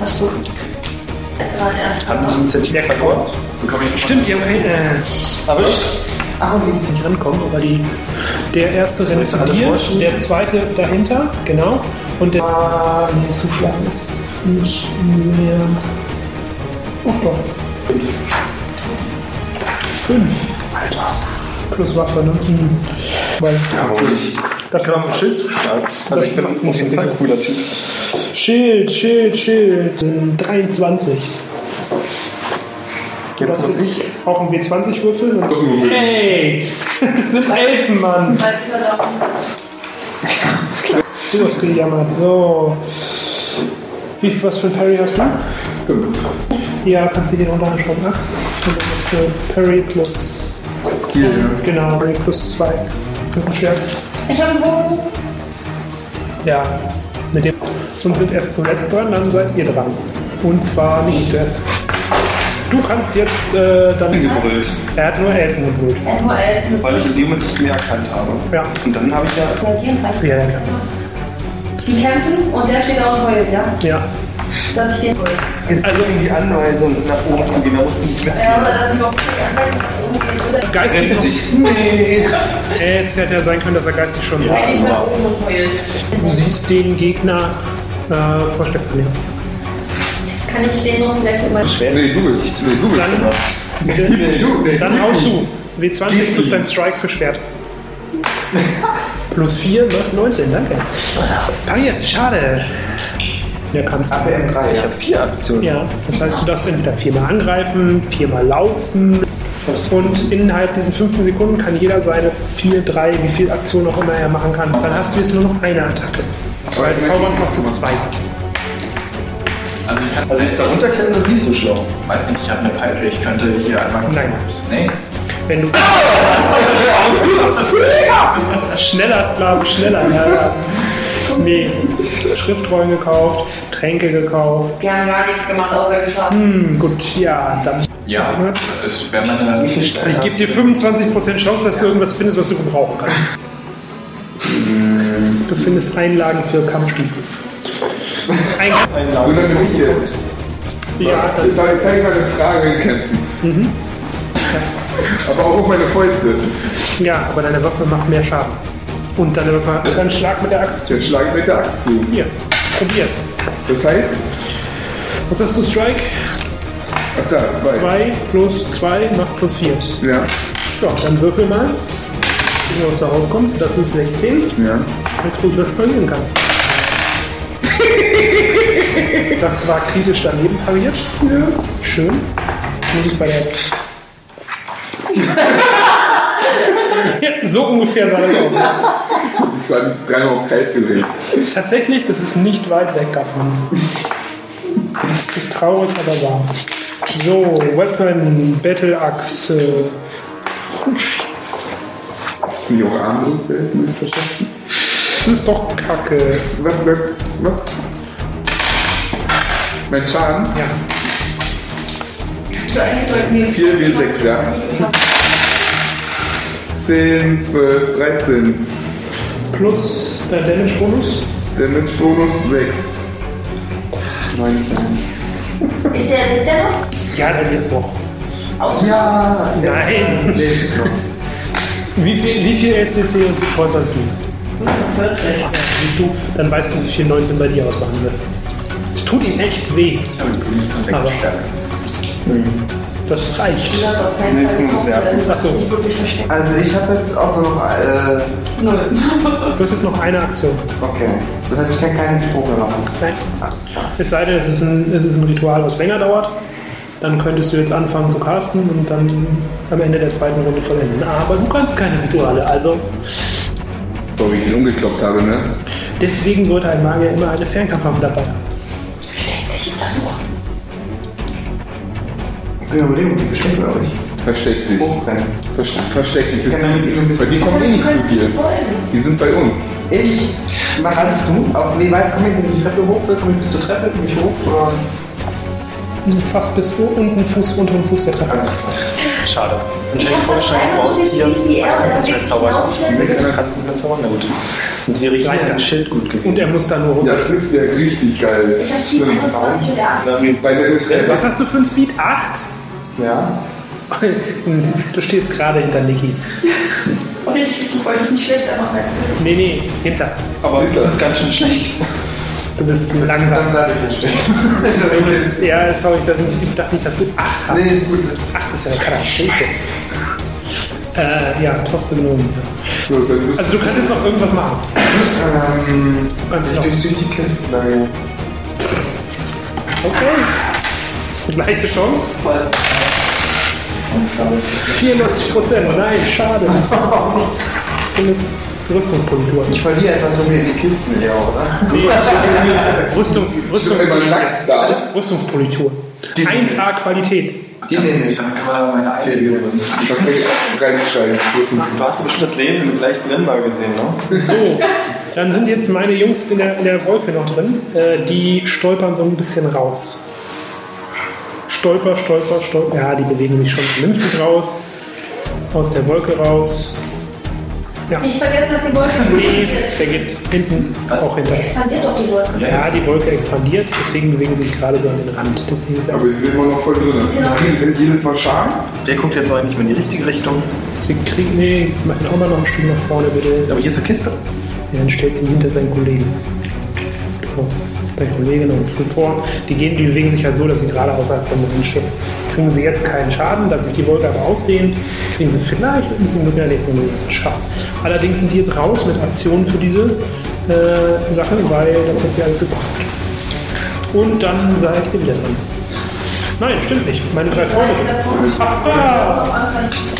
Hast du? Ist dran erst. Hat man Initiative verloren? Bekomme ich genau. Stimmt, die haben kein, äh, Aber nicht rankommen, aber die, der erste rennt zu alle dir, vorschieben? der zweite dahinter, genau. Und der. Ah, nee, zuschlagen ist nicht mehr. Oh doch. Fünf. Alter. Plus Waffe, ne? Mhm. Weil ja, warum nicht? Genau, das Ich kann auch mit dem Schild zuschlagen. Also ich bin auf jeden Fall ein cooler Typ. Schild, Schild, Schild. 23. Jetzt muss ich. Auch ein W20 würfeln. und- doch nur mit. Hey! <laughs> Das sind Elfen, Mann! Weil dieser da Du hast gejammert. So. Wie, was für ein Parry hast du? Ja, kannst du dir unter anschauen, Axt. Und dann hast du Parry plus. Genau, Parry plus 2. Stärke. Ich habe einen Bogen. Ja, mit dem. Und sind erst zuletzt dran, dann seid ihr dran. Und zwar nicht zuerst. Du kannst jetzt äh, dann. Gebrüllt. Er hat nur Elfen geholt. Äh, Nur Elfen. Weil ich in dem Moment nicht mehr erkannt habe. Ja. Und dann habe ich ja. Reagieren kann. Ja, ja. Die kämpfen und der steht auch und heult, ja? Ja. Dass ich den heule. Also irgendwie Anweisung nach oben zu gehen, da musst du nicht mitgehen. Ja, oder dass ich noch Eigentlich Geistig. Rette dich. Äh, es hätte ja sein können, dass er geistig schon war. nach oben und heult. Du siehst den Gegner äh, vor Stefania. Kann ich den noch vielleicht über. Nee, du bist. Nee, du bist. Dann Nee, du. Nee, Dann du hau bist. zu. W20 plus dein Strike für Schwert. Plus 4 macht 19, danke. Pariert, schade. Der Kampf. APM 3, Ich habe vier Aktionen. Ja, das heißt, du darfst entweder viermal angreifen, viermal laufen. Und innerhalb diesen 15 Sekunden kann jeder seine 4, 3, wie viel Aktion auch immer er machen kann. Dann hast du jetzt nur noch eine Attacke. Weil Zaubern kostet zwei. Also ich kann Also jetzt da runterklettern, das ist nicht so schlau. weiß nicht, ich habe eine Peitsche, ich könnte hier einfach. Nein. Nee. Wenn du. <laughs> schneller, Sklave, schneller. Ja, ja. Nee, Schriftrollen gekauft, Tränke gekauft. Die haben gar nichts gemacht, außer geschaffen. Hm, gut, ja, dann. Ja, es wäre meine. Ich gebe dir 25% Chance, dass du irgendwas findest, was du gebrauchen kannst. Du findest Einlagen für Kampfstiefel. Ein So lange nicht jetzt. ja, das Jetzt zeige zeig ich meine Frage kämpfen. Mhm. Aber auch auf meine Fäuste. ja, aber deine Waffe macht mehr Schaden. Und deine Waffe hat einen Schlag mit der Axt. Jetzt schlage ich mit der Axt zu. Hier, probier's. Das heißt, Was hast du, Strike? ach da, zwei. 2 plus 2 macht plus 4. Ja, Ja, dann würfel mal. Gucken, was da rauskommt. Das ist 16. ja. Mit gut überspringen kann. <laughs> Das war kritisch daneben pariert. Schön. Muss ich bei der. <laughs> Ja, so ungefähr sah das aus. Ich war dreimal im Kreis gedreht. Tatsächlich, das ist nicht weit weg davon. Das ist traurig, aber wahr. So, Weapon, Battle Axe. Ist nicht auch Armdruck für Meisterschaften? Das ist doch kacke. Was, das, was? Mein Schaden? Ja. So, eigentlich sollten wir 4 W 6, ja. 10, 12, 13. Plus der Damage-Bonus. Damage Bonus 6. 19. Ist der lebt der noch? Ja, der wird noch. Ja! Nein! Nee, komm. Wie viel, wie viel SDC und Bitcoins hast du? 40. Siehst du, dann weißt du, wie viel 19 bei dir ausmachen wird. Es tut ihm echt weh, Ich habe übrigens nur sechs Aber- Stärke. das reicht. Das auf keinen Nächstes Fall muss werfen. kommt, Ach so. Die wirklich versteckt. Also ich habe jetzt auch noch, äh, Null. Du hast jetzt noch eine Aktion. okay. Das heißt, ich kann keinen Spruch mehr machen. Nein. Alles klar. Es sei denn, es ist, ein, es ist ein Ritual, was länger dauert. Dann könntest du jetzt anfangen zu casten und dann am Ende der zweiten Runde vollenden. Aber du kannst keine Rituale, also Boah, wie ich den umgekloppt habe, ne? deswegen sollte ein Magier immer eine Fernkampfwaffe dabei haben. Ich bin überlegen, die bestimmt glaube ich. Versteck dich. Hochrennen. Versteck, versteck dich. Bist Ja, dann bin du, ich- weil die kommen eh nicht zu dir. Die sind bei uns. Ich mach kannst du? Auf wie weit komme ich, wenn ich die Treppe hoch will? Komme ich bis zur Treppe? Komme ich hoch? Oder? Fast bis unten Fuß, unter dem Fuß der Treppe. Alles klar. Schade. Dann Ich stell dir hab vor, das stell dir einmal vor, so aus gesehen wie hier. er, Man kann also nicht mehr wirklich zaubern. draufschneiden. Man kann kannst nicht mehr zaubern, na gut. Sonst wäre ich Reicht ein das? Schild gut gewesen. Und er muss da nur Ja, runter. das ist ja richtig geil. Ich habe viel Stimmt. 21 oder 8. Bei der ist der Was hast du für ein Speed? 8? Ja. Du stehst gerade hinter Niki. Und ich wollte nicht schlecht, aber halt. Nee, nee, hinter. Aber das ist ganz schön schlecht. Du bist langsam. Dann bleibe ich hier <laughs> stehen. Du bist, ja, sorry, ich dachte nicht, ich dachte nicht dass du 8 hast. Nee, ist gut. Das Ach, das ist ja eine Katastrophe. Äh, ja, trotzdem genommen. so, dann bist Also du kannst jetzt noch irgendwas machen. ähm, Du kannst dich noch. durch, durch die Kistenlage. Okay. Gleiche Chance. 94 Prozent. Nein, schade. Findest Rüstungspolitur. Ich verliere etwas um mir in die Kisten, ne? ja, oder? Nee, Rüstung, du immer nackt da. Rüstung, Rüstungspolitur. Ein Tag Qualität. Die nehme ich. Dann kann man meine Eilige sonst. Okay, reinschreien. Du hast bestimmt das Leben mit leicht brennbar gesehen, ne? So, dann sind jetzt meine Jungs in der, in der Wolke noch drin. Äh, die stolpern so ein bisschen raus. Stolper, stolper, stolper. Ja, die bewegen sich schon vernünftig raus. Aus der Wolke raus. Nicht vergessen, dass die Wolke Nee, expandiert. der geht hinten auch hinter. Die expandiert doch die Wolke. Ja, die Wolke expandiert, deswegen bewegen sie sich gerade so an den Rand. Deswegen ist Aber sie ja- sind immer noch voll drin. Die sind jedes Mal scharf. Der guckt jetzt eigentlich mal in die richtige Richtung. sie kriegen, nee, machen auch mal noch ein Stück nach vorne bitte. Aber hier ist eine Kiste. Ja, dann stellt sie hinter seinen Kollegen. So. deine Kollegin und von vor, die gehen, die bewegen sich halt so, dass sie gerade außerhalb vom Mond stehen. Kriegen sie jetzt keinen Schaden, da sich die Wolke aber ausdehnt, kriegen sie vielleicht ein bisschen Glück in der nächsten Minute Schaden. Allerdings sind die jetzt raus mit Aktionen für diese äh, Sachen, weil das hat sie alles gekostet. Und dann seid ihr wieder dran. Nein, stimmt nicht. Meine drei Freunde sind. Ach, da!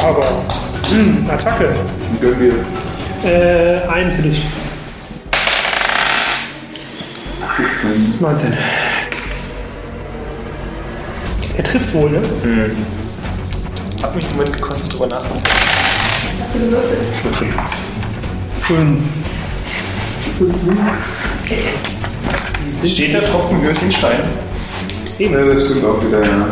Aber. Hm, Attacke. Gönn mir. Äh, einen für dich. 14. 19. Er trifft wohl, ne? Hat mich einen Moment gekostet, drüber nachzudenken. Was hast du gewürfelt? Fünf. Ist das so? Steht der Tropfen über den Stein? Ja, das stimmt auch wieder, ja.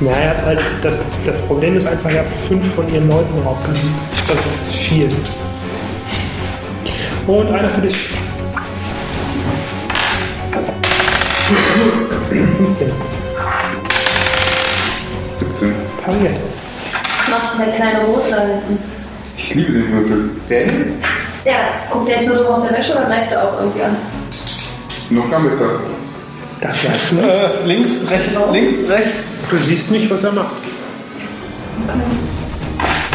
Ja, er hat halt, das, das Problem ist einfach, er hat fünf von ihren Leuten rausgenommen. Das ist viel. Und einer für dich. 15. 17. Pariert. Macht eine kleine Rose da hinten. Ich liebe den Würfel. Denn? Ja, guckt der jetzt nur dumm aus der Wäsche oder greift er auch irgendwie an? Noch am Mittag. Das heißt, ne? links, rechts, links, rechts. Du siehst nicht, was er macht.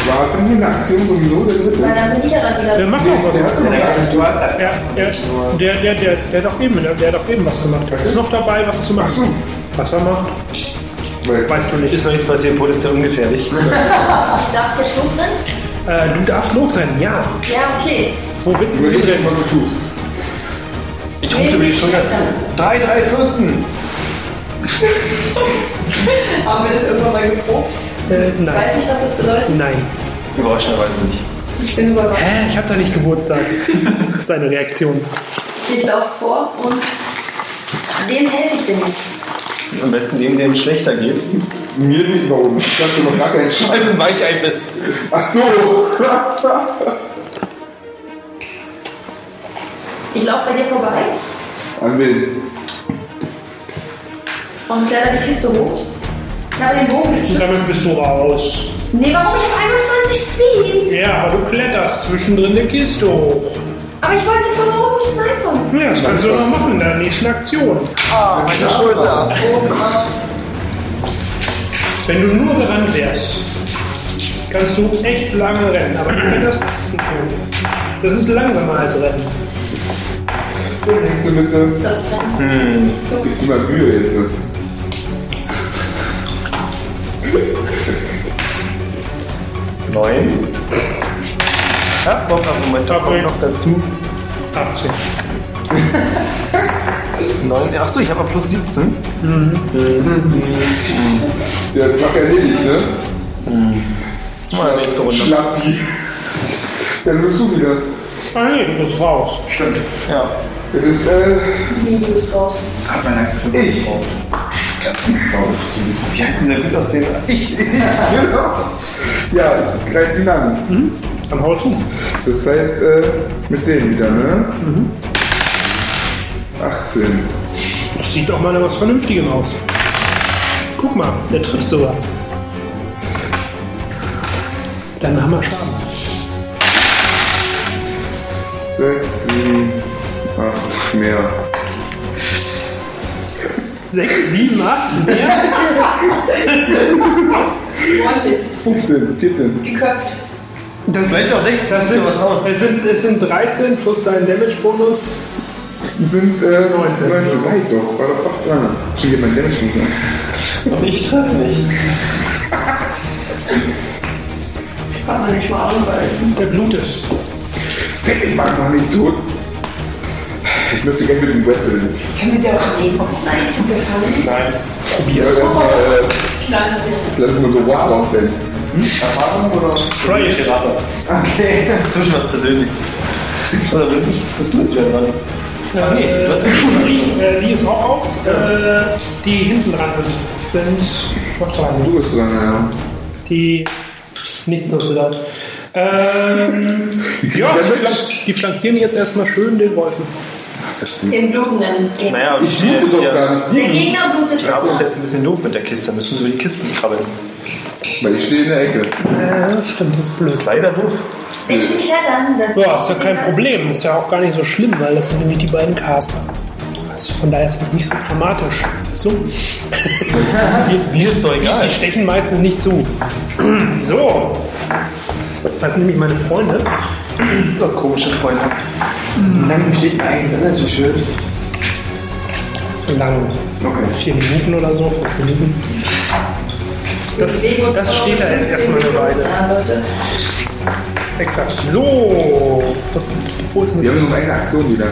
War irgendwie eine Aktion sowieso der Weil dritte? dann bin ich ja dann wieder. Der macht auch was. Der hatte noch eine Aktion. Ja, der, der, der, der, der, hat auch eben, der hat auch eben was gemacht. Er ist noch dabei, was zu machen. Ach so. Was er macht, Weiß nicht. weißt du nicht. Ist noch nichts passiert, potenziell ungefährlich. Darf der Schluss rennen? Äh, du darfst losrennen, ja. Ja, okay. Wo willst du Überleg hinrennen? dir, was du tust. Ich rufe mir die Schulter zu. 3, 3, 14. Haben wir das irgendwann mal geprobt? Äh, nein. Weiß ich, was das bedeutet? Nein. Überraschenderweise nicht. Ich bin überrascht. Hä, ich hab da nicht Geburtstag. Das ist deine Reaktion. Ich laufe vor und dem helfe ich denn nicht. Am besten dem, dem es schlechter geht. Mir nicht, warum? Ich dachte noch gar keinen Scheiß. Weil du weich ein bist. Ach so. Ich laufe bei dir vorbei An wen? und kletter die Kiste hoch. Ich habe den Bogen gezückt. Damit bist du raus. Nee, warum? Ich habe 21 Speed. Ja, aber du kletterst zwischendrin eine Kiste hoch. Aber ich wollte von oben snipen. Ja, das kannst du noch machen in der nächsten Aktion. Ah, meine Schulter. Wenn du nur gerannt wärst, kannst du echt lange rennen. Aber du kletterst fast nicht mehr. Das ist langsamer als Rennen. Der nächste bitte. Gibt immer Mühe jetzt. Neun. Ja, noch einen Moment. Da kommt noch dazu. 18. Neun. Achso, ich habe plus 17. Ja, Sache erledigt, ne? Hm. Mal nächste Runde. Schlaffi. Dann bist du wieder. Ah nee, du bist raus. Stimmt. Ja. Das ist, äh, Videos raus. Hat meine Aktion Ich. <laughs> gebraucht. Wie heißt dieser gut aussehende? Ich. genau. Ja, ich greif ihn an. Dann hau zu. Das heißt, äh, mit dem wieder, ne? Mhm. 18. Das sieht doch mal nach was Vernünftigem aus. Guck mal, der trifft sogar. Dann machen wir Schaden. 6, 7, 8 mehr. 6, 7, 8, mehr. Freundlich. 15, 14. Geköpft. Das bleibt doch 16. Das sind, <laughs> es, sind, es sind 13 plus dein Damage-Bonus. Sind, äh, 19. 19. Weit doch, war doch fast dran. Schon geht mein Damage nicht mehr. Und ich treffe nicht. Kann man nicht mal anweilen. Der blutet. Stack, ich mag noch nicht tot. Ich möchte gerne mit dem Wrestle. Können wir sie auch in die Box reingefangen? Nein. Ja, erstmal, äh, Knallen wir. lassen wir so wow aussehen. Erfahrung oder? Try it. Gerade. Okay. Zwischen was persönlich. Oder bin ich? Bist du jetzt wieder dran? Äh, nee, du hast eine gute Aktion. äh, die ist auch aus. Äh, die hinten dran sind, sind Gottschalten. Du bist dran, ja. Die nichts nutzen hat. Ähm, ja, die, flank, die flankieren jetzt erstmal schön den Wolfen. Das ist süß. Den blutenden Gegner. Naja, Ich liebe doch Der gar nicht. Gegner blutet Das auch. ist jetzt ein bisschen doof mit der Kiste. Müssen Sie über die Kisten krabbeln. Weil ich stehe in der Ecke. Ja, stimmt, das ist blöd. Ist leider doof. Wenn sie klettern, dann. Ja, ist ja kein Problem. Ist ja auch gar nicht so schlimm, weil das sind nämlich die beiden Caster. Also von daher ist es nicht so dramatisch. Weißt du? <laughs> Mir ist doch Die egal. stechen meistens nicht zu. So. Das sind nämlich meine Freunde. Das komische Freunde. Wie lange besteht denn eigentlich das Energy Shield? Lang. Okay. Vier Minuten oder so, fünf Minuten. Das, Deswegen muss man das steht auch da jetzt erstmal eine Weile. Ja, Leute. Exakt. So. Wo ist denn Wir haben noch eine Aktion wieder.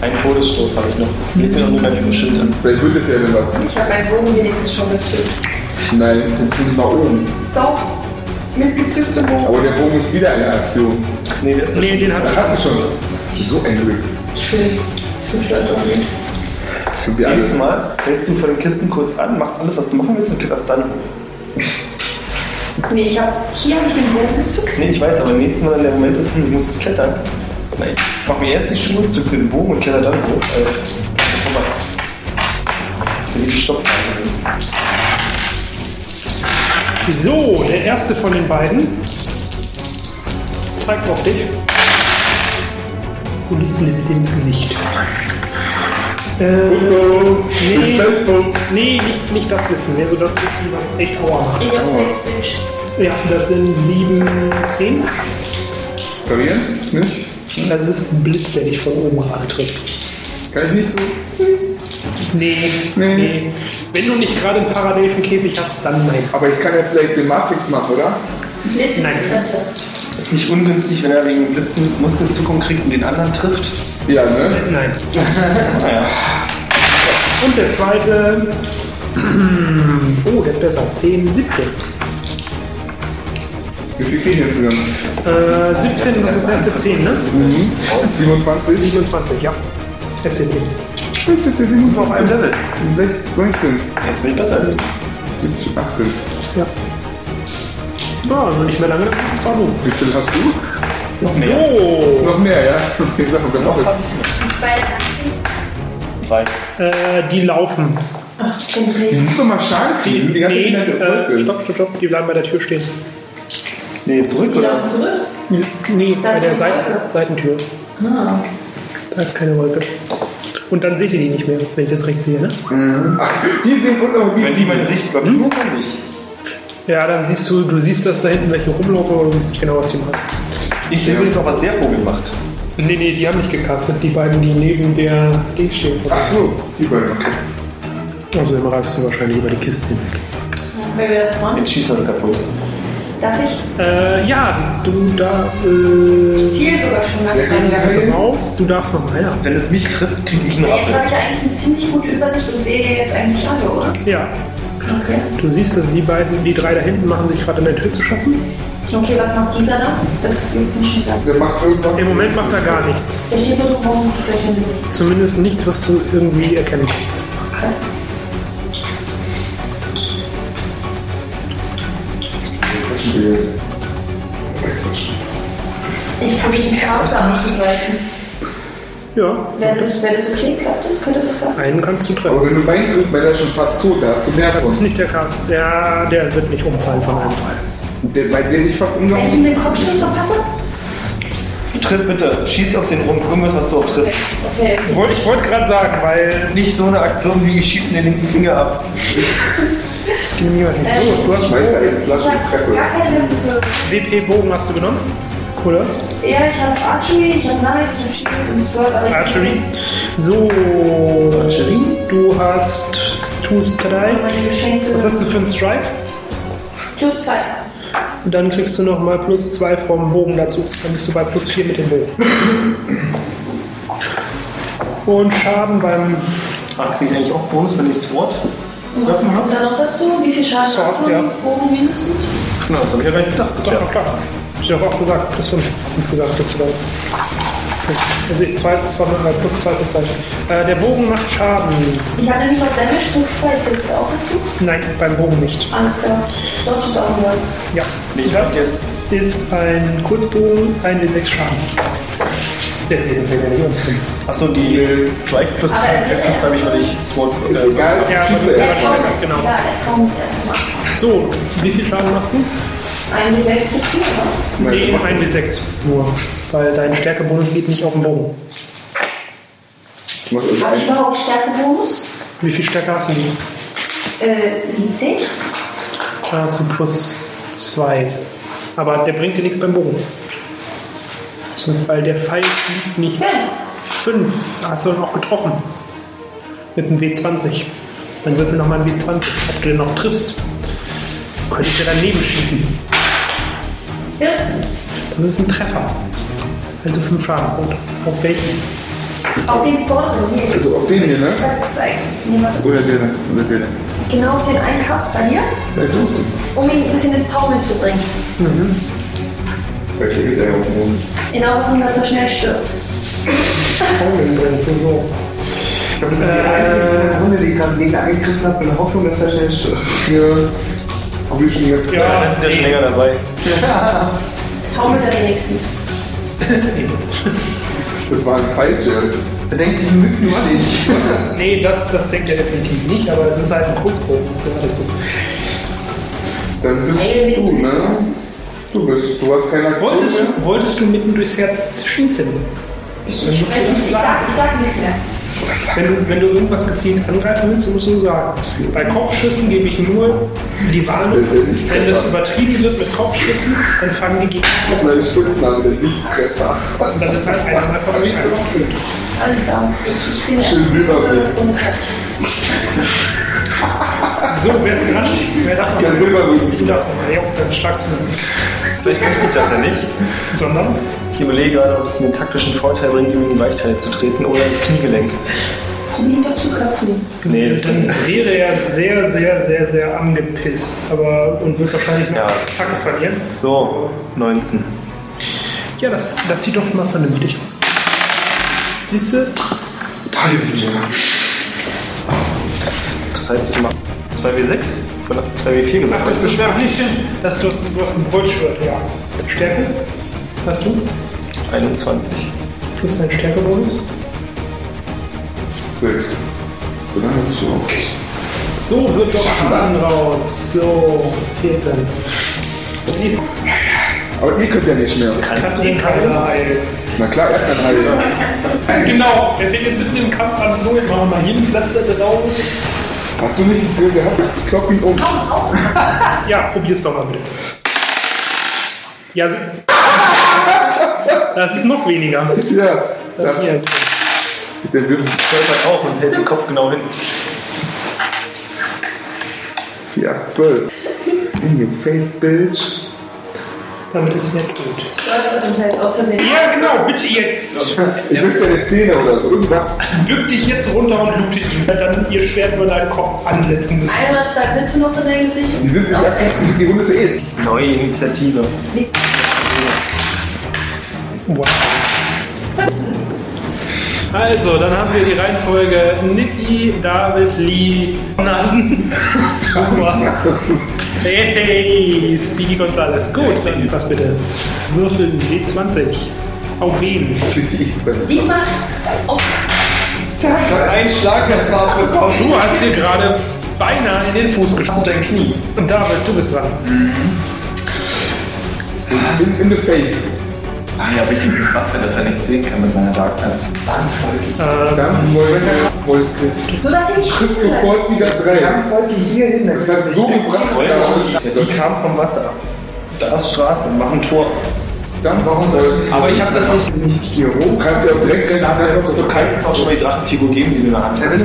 Ein Todesstoß habe ich noch. Wir sind noch nicht mal im Schild an. Vielleicht wird es ja dann was. Ich habe meinen Bogen wenigstens schon gezückt. Nein, das sind mal oben. Doch, mit gezücktem Bogen. Aber der Bogen ist wieder eine Aktion. Nee, der ist doch Nee, den hat Das hat sie schon. So ein Glück. Ich bin zu stolz auf mich. Sind wir Nächstes alle. Mal hältst du vor den Kisten kurz an, machst alles, was du machen willst und kletterst dann. Nee, ich hab, hier habe ich den Bogen gezückt. Nee, ich weiß, aber nächstes Mal, wenn der Moment ist, hm, ich muss jetzt klettern. Nein, ich mach mir erst die Schuhe, zück den Bogen und kletter dann hoch. Äh, komm mal. So wie die Stoppfrage. So, der erste von den beiden zeigt auf dich und es blitzt dir ins Gesicht. Äh, nee, nee nicht, nicht das Blitzen, mehr so das Blitzen, was echt Aua macht. In your face, bitch. Ja, das sind sieben, zehn. Parieren? Nicht? Das ist ein Blitz, der dich von oben antrifft. Kann ich nicht so? Nee, nee, Nee. Wenn du nicht gerade einen Faradayschen Käfig hast, dann nein. Aber ich kann ja vielleicht den Matrix machen, oder? Blitz in Nein. die Fresse. Ist nicht ungünstig, wenn er wegen Blitzen Muskelzuckung kriegt und den anderen trifft. Ja, ne? Nein. Und der zweite. <clears throat> Oh, der ist besser. 10, 17. Wie viel kriegen wir insgesamt? Äh, 17, das ist das erste 10, ne? 27? 27, ja. STC. Sind wir auf einem Level? 16, Jetzt bin ich besser als ich. 17, 18. Ja. Ah, nur nicht mehr lange. War gut. Wie viel hast du? So. Noch mehr, ja? Okay, sag mal, wir machen es. Zwei Nachrichten. Drei. Äh, die laufen. Und Die sie- müssen doch mal Schaden kriegen. Die ganze nee, Zeit in der äh, Wolke. stopp, stopp, stopp. Die bleiben bei der Tür stehen. Nee, zurück Die oder? laufen zurück. Nee, Hm. Da bei ist der eine Seiten Wolke. Seitentür. Ah. Da ist keine Wolke. Und dann seht ihr die nicht mehr, wenn ich das recht sehe, ne? Die sehen uns aber Wenn die wie. meine Sicht blockieren, dann nicht. Ja, dann siehst du, du siehst das da hinten, welche rumlaufen, aber du siehst nicht genau, was die machen. Ich sehe übrigens auch, was der Vogel macht. Nee, nee, die haben nicht gecastet, die beiden, die neben der Ding stehen. Ach so, die beiden. Okay. Also immer reibst du wahrscheinlich über die Kisten hinweg. Wenn wir das machen. Jetzt schießt er es kaputt. Darf ich? Äh, ja, du da, äh, Ziel sogar schon nach Ja, seinem ja, genau. Level. raus, du darfst nochmal, ja. Wenn es mich trifft, kriege ich einen Jetzt habe Rappel. ich ja eigentlich eine ziemlich gute Übersicht und sehe den jetzt eigentlich alle, oder? Ja, Okay. du siehst, dass die beiden, die drei da hinten machen sich gerade an der Tür zu schaffen. Okay, was macht dieser da? Das übt mich schon ganz. Der macht irgendwas. Im Moment macht er gar nichts. Der steht nur rum und spricht mit mir. Zumindest nichts, was du irgendwie erkennen kannst. Okay. Ich habe den Caster anzugreifen. Ja, Wäre das, wär das okay? Klappt das? Könnte das klappen? einen kannst du treffen. Aber wenn du meinen triffst, wäre er schon fast tot. Da hast du mehr Das ist von. nicht der Cast. Ja, der wird nicht umfallen von einem Fall. Der, bei dem ich fast Wenn ich umgehauen ihm den Kopfschuss verpasse? Tritt bitte, schieß auf den Rumpf, irgendwas, was du auch triffst. Okay. Woll- Ich wollte gerade sagen, weil Nicht so eine Aktion wie ich schieße den linken Finger ab. es ging niemand nicht so. Du hast schmeißt er eine Ich Flasche habe Treppe. Also, gar keine Lust für. WP-Bogen hast du genommen. Cool das. Ja, ich habe Archery, ich habe Knife, ich habe Shield und Sword. aber ich- Archery. So. Archery. Du hast. Tust Das sind drei. Meine Geschenke. Was hast du für einen Strike? Plus zwei. Und dann kriegst du nochmal plus zwei vom Bogen dazu. Dann bist du bei plus vier mit dem Bogen. Und Schaden beim Ah, kriege ich eigentlich auch Bonus, wenn ich Sword? Und was kommt da noch dazu? Wie viel Schaden Sword, hast du? ja. Bogen mindestens? Genau, das habe ich ja gar nicht gedacht Ist ja bisher. auch klar. Hab ich doch auch gesagt, plus 5 insgesamt bist du dann. Also zwei, zwei, äh, plus 2 plus 2. Äh, der Bogen macht Schaden. Ich habe nämlich noch Damage plus zwei. Zählt das auch dazu? Nein, beim Bogen nicht. Alles klar. Dodge ist auch nur. Ja. Nee, ich das hab jetzt- ist ein Kurzbogen, ein D6 Schaden. Der sieht den Finger nicht an. Achso, die Strike plus 2 äh, plus zwei habe ich, weil ich Sword. Ist Äh, egal, Ja, aber schieße du- Er er. wahrscheinlich, kommt- genau. Ja, er kommt erstmal. So, wie viel Schaden machst du? Ein D6 plus vier, oder? Nee, ein D6 nur. Weil dein Stärkebonus geht nicht auf den Bogen. Muss es Habe ich ein. überhaupt Stärkebonus? Wie viel Stärke hast du denn? Äh, 17? Da hast du plus 2. Aber der bringt dir nichts beim Bogen. Weil der Pfeil zieht nicht. Fünf. 5 hast du noch getroffen. Mit einem W20. Dann würfel nochmal ein W20, ob du den noch triffst. Könnte ich ja daneben schießen. 14. Das ist ein Treffer. Also 5 Schadenspunkte. Auf welchen? Auf den vorderen hier. Also auf den hier, ne? Da zwei. Nee, warte. Oder der, oder der. Genau auf den einen Kaster hier, Ja, du. um ihn ein bisschen ins Taumeln zu bringen. Vielleicht liegt er ja oben. In der Hoffnung, dass er schnell stirbt. Taumelngrenze, so. Ich glaube, das ist die einzige Runde, die gerade Gegner angegriffen hat, in der Hoffnung, dass er schnell stirbt. Ja. Hab ich schon die ganze Zeit. Ja, Der ist schon länger dabei. Taumelt er wenigstens. Das war ein Fallschirm. Da denkt sich ein Mückenstich. nee, das, das denkt er definitiv nicht, aber das ist halt ein Kurzbogen. Ja, das ist- Dann bist du, ne? Du bist. Du hast keine Aktion Wolltest mehr. du, wolltest du mitten durchs Herz schießen? Ich, ich, sag, ich sag nichts mehr. Wenn du, wenn du irgendwas gezielt angreifen willst, musst du sagen. Bei Kopfschüssen gebe ich nur die Warnung. Wenn das übertrieben wird mit Kopfschüssen, dann fangen die Gegner an. Meine Stundenlage, der Lichttreffer. Und dann ist halt einer einfach nur einfach tot. Alles klar. Ich bin Schön Silberblick. und So, wer ist dran? Wer darf Ja, noch? Silberblick. Ich darf es nochmal. Ja, dann stark zu Vielleicht tut das ja nicht. Sondern? Ich überlege gerade, ob es einen taktischen Vorteil bringt, ihm in die Weichteile zu treten oder ins Kniegelenk. probier ihn doch zu köpfen. Nee, das Dann wäre er sehr, sehr, sehr, sehr angepisst. Aber, und wird wahrscheinlich noch Ja. Kacke verlieren. So, 19. Ja, das, das sieht doch mal vernünftig aus. Siehst du? Das heißt, ich mache 2W6. Von das 2W4 gesagt. Ach, das ist schwer nicht hin. Das, du, hast- du hast ein Brotschwert, ja. Stärke? Hast du? 21. Plus dein Stärkebonus? Sechs. Oder? So. So wird doch Schaden raus. So, 14. Nächste Aber ihr könnt ja nicht mehr. Kampf den Kaiser heilen. Na klar, er kann heilen. Genau, er fängt jetzt mitten im Kampf an. So, jetzt machen wir mal hin, pflastert drauf. Hast du nicht einen Skill gehabt? Ich klopp ihn um. Ja, probier's doch mal bitte. Ja, se- <laughs> das ist noch weniger. Ja. Das Der hier. wird Stolpert halt auch und hält den Kopf genau hin. ja, zwölf. In your face, bitch. Damit ist er tot. Stolpert und halt hält aus Versehen. Ja, genau, bitte jetzt. Ich will seine Zähne oder so. Irgendwas. Bück dich jetzt runter und loote ihn. Dann ihr Schwert über deinen Kopf ansetzen müssen. Ein oder zwei Blitze noch in dein Gesicht. Die sind nicht aktiv. Die sind die Runde ist eh. Neue Initiative. Nichts. Also, dann haben wir die Reihenfolge Niki, David, Lee, <laughs> Nasen. Super. Hey, Speedy Gonzales. Gut, dann was bitte. Würfel D20. Auf wen? Äh, Diesmal auf Ein Schlag, das war abgekommen. Du hast dir gerade beinahe in den Fuß geschossen. Dein Knie. Und David, du bist dran. In, in the face. Ah ja, aber ich die Waffe, dass er nichts sehen kann mit meiner Darkness. Äh, Dann wollte wollte so dass ich nicht kriegst sofort wieder drei. Wollte hier hin. Das hat so gebracht. Ja, die Das, kam vom Wasser. Da ist Straße, mach ein Tor. dann warum soll Aber ich habe das nicht. nicht hier Du rum. kannst ja auch direkt den anderen Du kannst jetzt auch schon mal die Drachenfigur geben, die du in der Hand hast.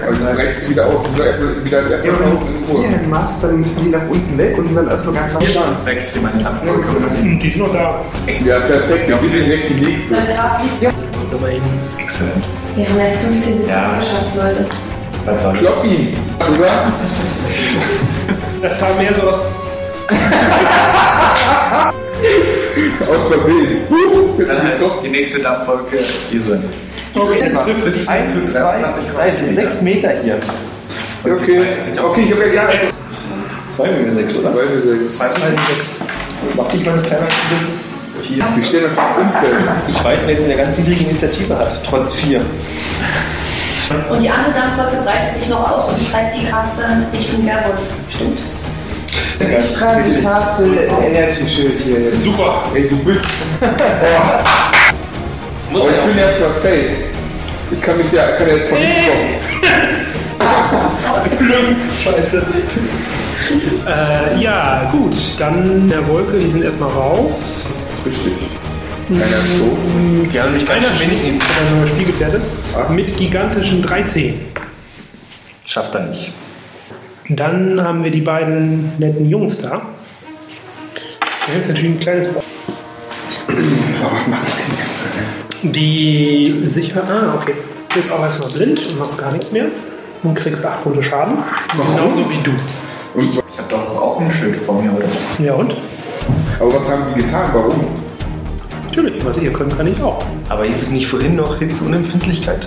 Also dann reißt du wieder aus. Du sollst erstmal wieder Ja, erstmal wenn du raus es in hier Ruhe. hin machst, dann müssen die nach unten weg und dann erstmal ganz nach vorne. Weg, ich meine Lampe vollkommen. Hm, die ist noch da. Ja, perfekt. Ich bin direkt die nächste. Dann Gras liegt. Exzellent. Wir haben erst 15 Sekunden Ja. geschafft, Leute. Was soll Klopp ihn. Oder? Das haben wir so aus Aus Versehen. Huch, mit dem Kopf. Die nächste Dampfwolke. Ihr seid. Okay, trifft es. 1, 2, 3, 6 Meter hier. Okay, okay, ich hab ja gerade. 2 bis 6, oder? Zwei für sechs. Mal 6. Mach dich mal ein kleiner Quiz. Hier. Die stehen auf Instant. Ich weiß, wer jetzt eine ganz niedrige Initiative hat, trotz 4. Und die andere Dampfwolke breitet sich noch aus und treibt die Caster Richtung Gerwold. Stimmt. Ich trage die Taste Energy Schild hier jetzt. Super. <laughs> Ey, du bist. Oh. Aber ich bin erstmal safe. Ich kann mich ja, kann ja jetzt von nicht kommen. Scheiße. äh, ja, gut. Dann der Wolke, die sind erstmal raus. Das ist richtig. Keiner ist tot. Die haben mich ganz Einer schön schlägt wenig ins Spielgefährte mit gigantischen 13. Schafft er nicht. Dann haben wir die beiden netten Jungs da. Da ist natürlich ein kleines Problem. Aber was mache ich denn jetzt? Die sicher. Ah, okay. Du bist auch erstmal blind und machst gar nichts mehr. Und kriegst 8 Punkte Schaden. Genauso wie du. Und, wa- Ich habe doch auch ein Schild vor mir, oder? Ja und? aber was haben sie getan? Warum? Natürlich, was ihr könnt, kann ich auch. Aber hieß es nicht vorhin noch Hitzeunempfindlichkeit?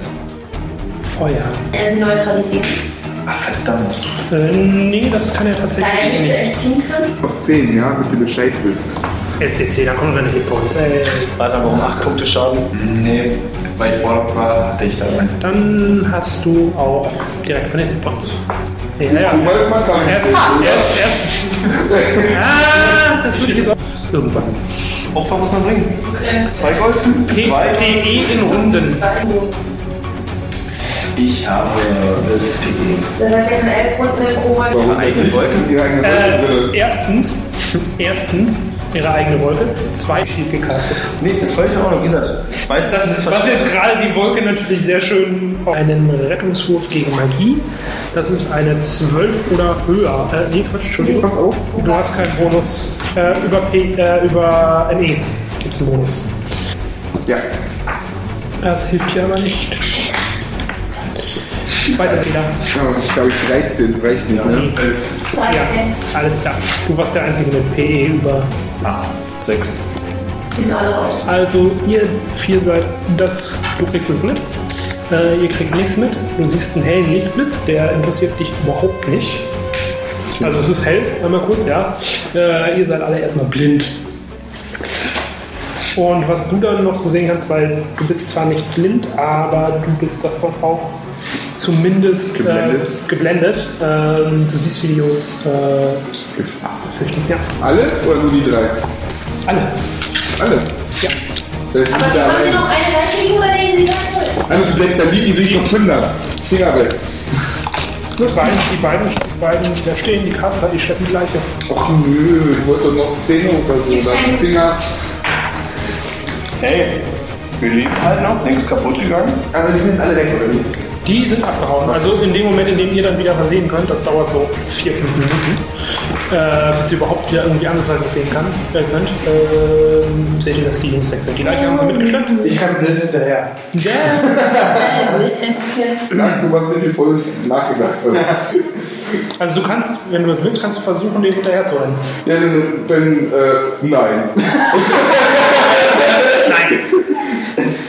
Feuer. Er sie neutralisieren. Ah, verdammt. Äh, nee, das kann er Da tatsächlich er nicht. Hitze entziehen kann. Noch 10, ja, damit du Bescheid wisst. SDC, dann kommen wir nicht bei uns. Äh, Warte, warum 8 Punkte Schaden? Hm, Nee, weil ich Warlock war, hatte ich da einen. dann hast du auch direkt von den Hitpoints. Ja, ja. Weil es mal gar Erst, nicht. erst, erst. Ah, das würde ich jetzt auch. Irgendwann. Opfer muss man bringen. Zwei Gold? Zwei? PPE in Runden. Ich habe das PE. Das heißt, er kann elf Runden im Koma. Warum? eigene Wolke. Ihre eigene Wolke, Äh, bitte. erstens, erstens, ihre eigene Wolke, zwei Schild gekastet. Nee, das wollte ich auch noch, wie gesagt. Ich weiß, Das ist was jetzt gerade die Wolke natürlich sehr schön. Einen Rettungswurf gegen Magie. Das ist eine 12 oder höher. Äh, nee, Quatsch, Entschuldigung. Pass auf. Du hast keinen Bonus. Äh, über, P, äh, über NE gibt es einen Bonus. Ja. Das hilft ja aber nicht. Zweiter Fehler. Ja, Ich glaube, ich 13 reicht nicht, ne? Ja, 13. alles klar. Du warst der Einzige mit PE über. Sechs. Die sind alle raus. Also, ihr vier seid, das, du kriegst es mit. Äh, ihr kriegt nichts mit. Du siehst einen hellen Lichtblitz, der interessiert dich überhaupt nicht. Also, es ist hell, einmal kurz, ja. Äh, ihr seid alle erstmal blind. Und was du dann noch so sehen kannst, weil du bist zwar nicht blind, aber du bist davon auch zumindest Geblendet. Äh, geblendet. Ähm, du siehst Videos. Äh, fürchten- ja, Alle oder nur die drei? alle. Alle. Ja. Das ist Aber nicht wir haben hier allein. noch eine Leiche gegenüber, der sie wieder Also, du denkst, da liegen, die liegen noch Kinder. Finger weg. Die beiden, die beiden, die beiden, die da stehen, die Kaster, die schleppen die Leiche. Och nö, ich wollte doch noch 10 oder so. Dann Finger. Hey, wir leben halt noch, längst kaputt gegangen. Also, die sind jetzt alle weg, oder wie? Die sind abgehauen. Also in dem Moment, in dem ihr dann wieder was sehen könnt, das dauert so vier, fünf Minuten, äh, bis ihr überhaupt wieder irgendwie andersweitig sehen kann, äh, könnt, ähm, seht ihr, dass die Jungs weg sind. Die Leiche haben sie mitgeschleppt. Ich kann blind hinterher. Ja. Sagst du, was sind die voll nachgedacht? Also, Also du kannst, wenn du das willst, kannst du versuchen, den hinterherzurennen. ja, dann, dann äh, nein. Nein.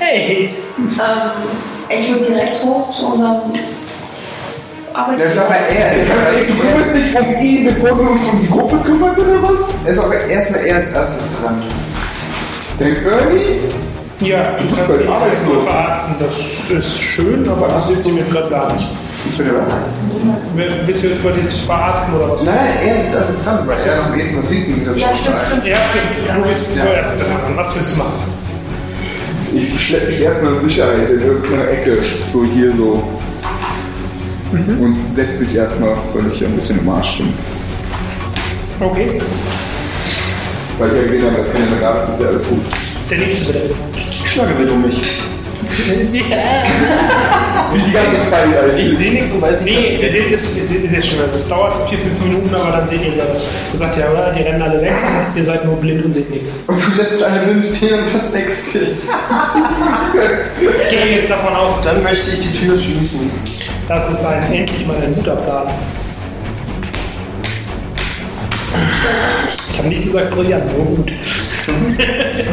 Hey. Ähm, ich würde direkt hoch zu unserem Das ist Arbeitgeber. aber er. Ey, Du kümmerst dich um ihn, bevor wir uns um die Gruppe kümmern, oder was? Er ist aber erstmal er als erstes dran. Denk Ernie? Ja, du kannst dich arbeitslos. verarzten. Das ist schön, aber das ist ihm jetzt gerade gar nicht. Ich bin überrascht. Wer- Willst du jetzt quasi jetzt verarzten oder was? Nein, er ist als erstes dran, weil er am ehesten noch sieht, wie gesagt. Ja, stimmt, stimmt. Ja, stimmt. Du bist zuerst dran. Was willst du machen? Ich schlepp mich erstmal in Sicherheit in irgendeine Ecke, so hier so. Und setz mich erstmal, weil ich ja ein bisschen im Arsch bin. Okay. Weil ich ja gesehen habe, das kann ja mit Arzt ist ja alles gut. Der nächste bitte. Ich schlage wild um mich. Wie die ganze Zeit Ich eigentlich. sehe nichts und weiß nicht, Nee, ihr seht es, ihr seht es jetzt schon. Also es dauert vier, fünf Minuten, aber dann seht ihr wieder was. Ihr sagt ja, oder? Die rennen alle weg. Ihr seid nur blind und seht nichts. Und du lässt eine blind stehen und versteckst dich. Ich gehe jetzt davon aus, Dann möchte ich die Tür schließen. das ist ein endlich mal ein guter Plan. Ich habe nicht gesagt brillant, nur gut. ähm,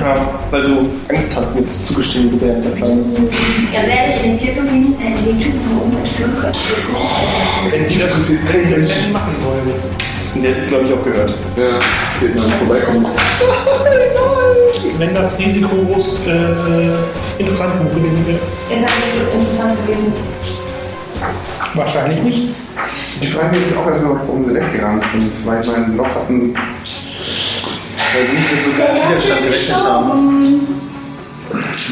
Ja, weil du Angst hast, mir zu zugestehen, wie der Plan ist. Ganz ehrlich, in vier, fünf Minuten hätte ich den Typen von oben entführen können. Wenn sie das, wenn sie das nicht machen wollen. Und der hat es, glaube ich, auch gehört. Ja, geht mal vorbeikommen. Wenn das Risiko groß äh, interessant genug gewesen wäre. Ist ja nicht so interessant gewesen. Wahrscheinlich nicht. Ich frage mich jetzt auch erstmal, warum sie weggerannt sind, weil mein Loch hat einen. Weil sie nicht mit so Der geilen erste Widerstand ist gerechnet haben. gestorben.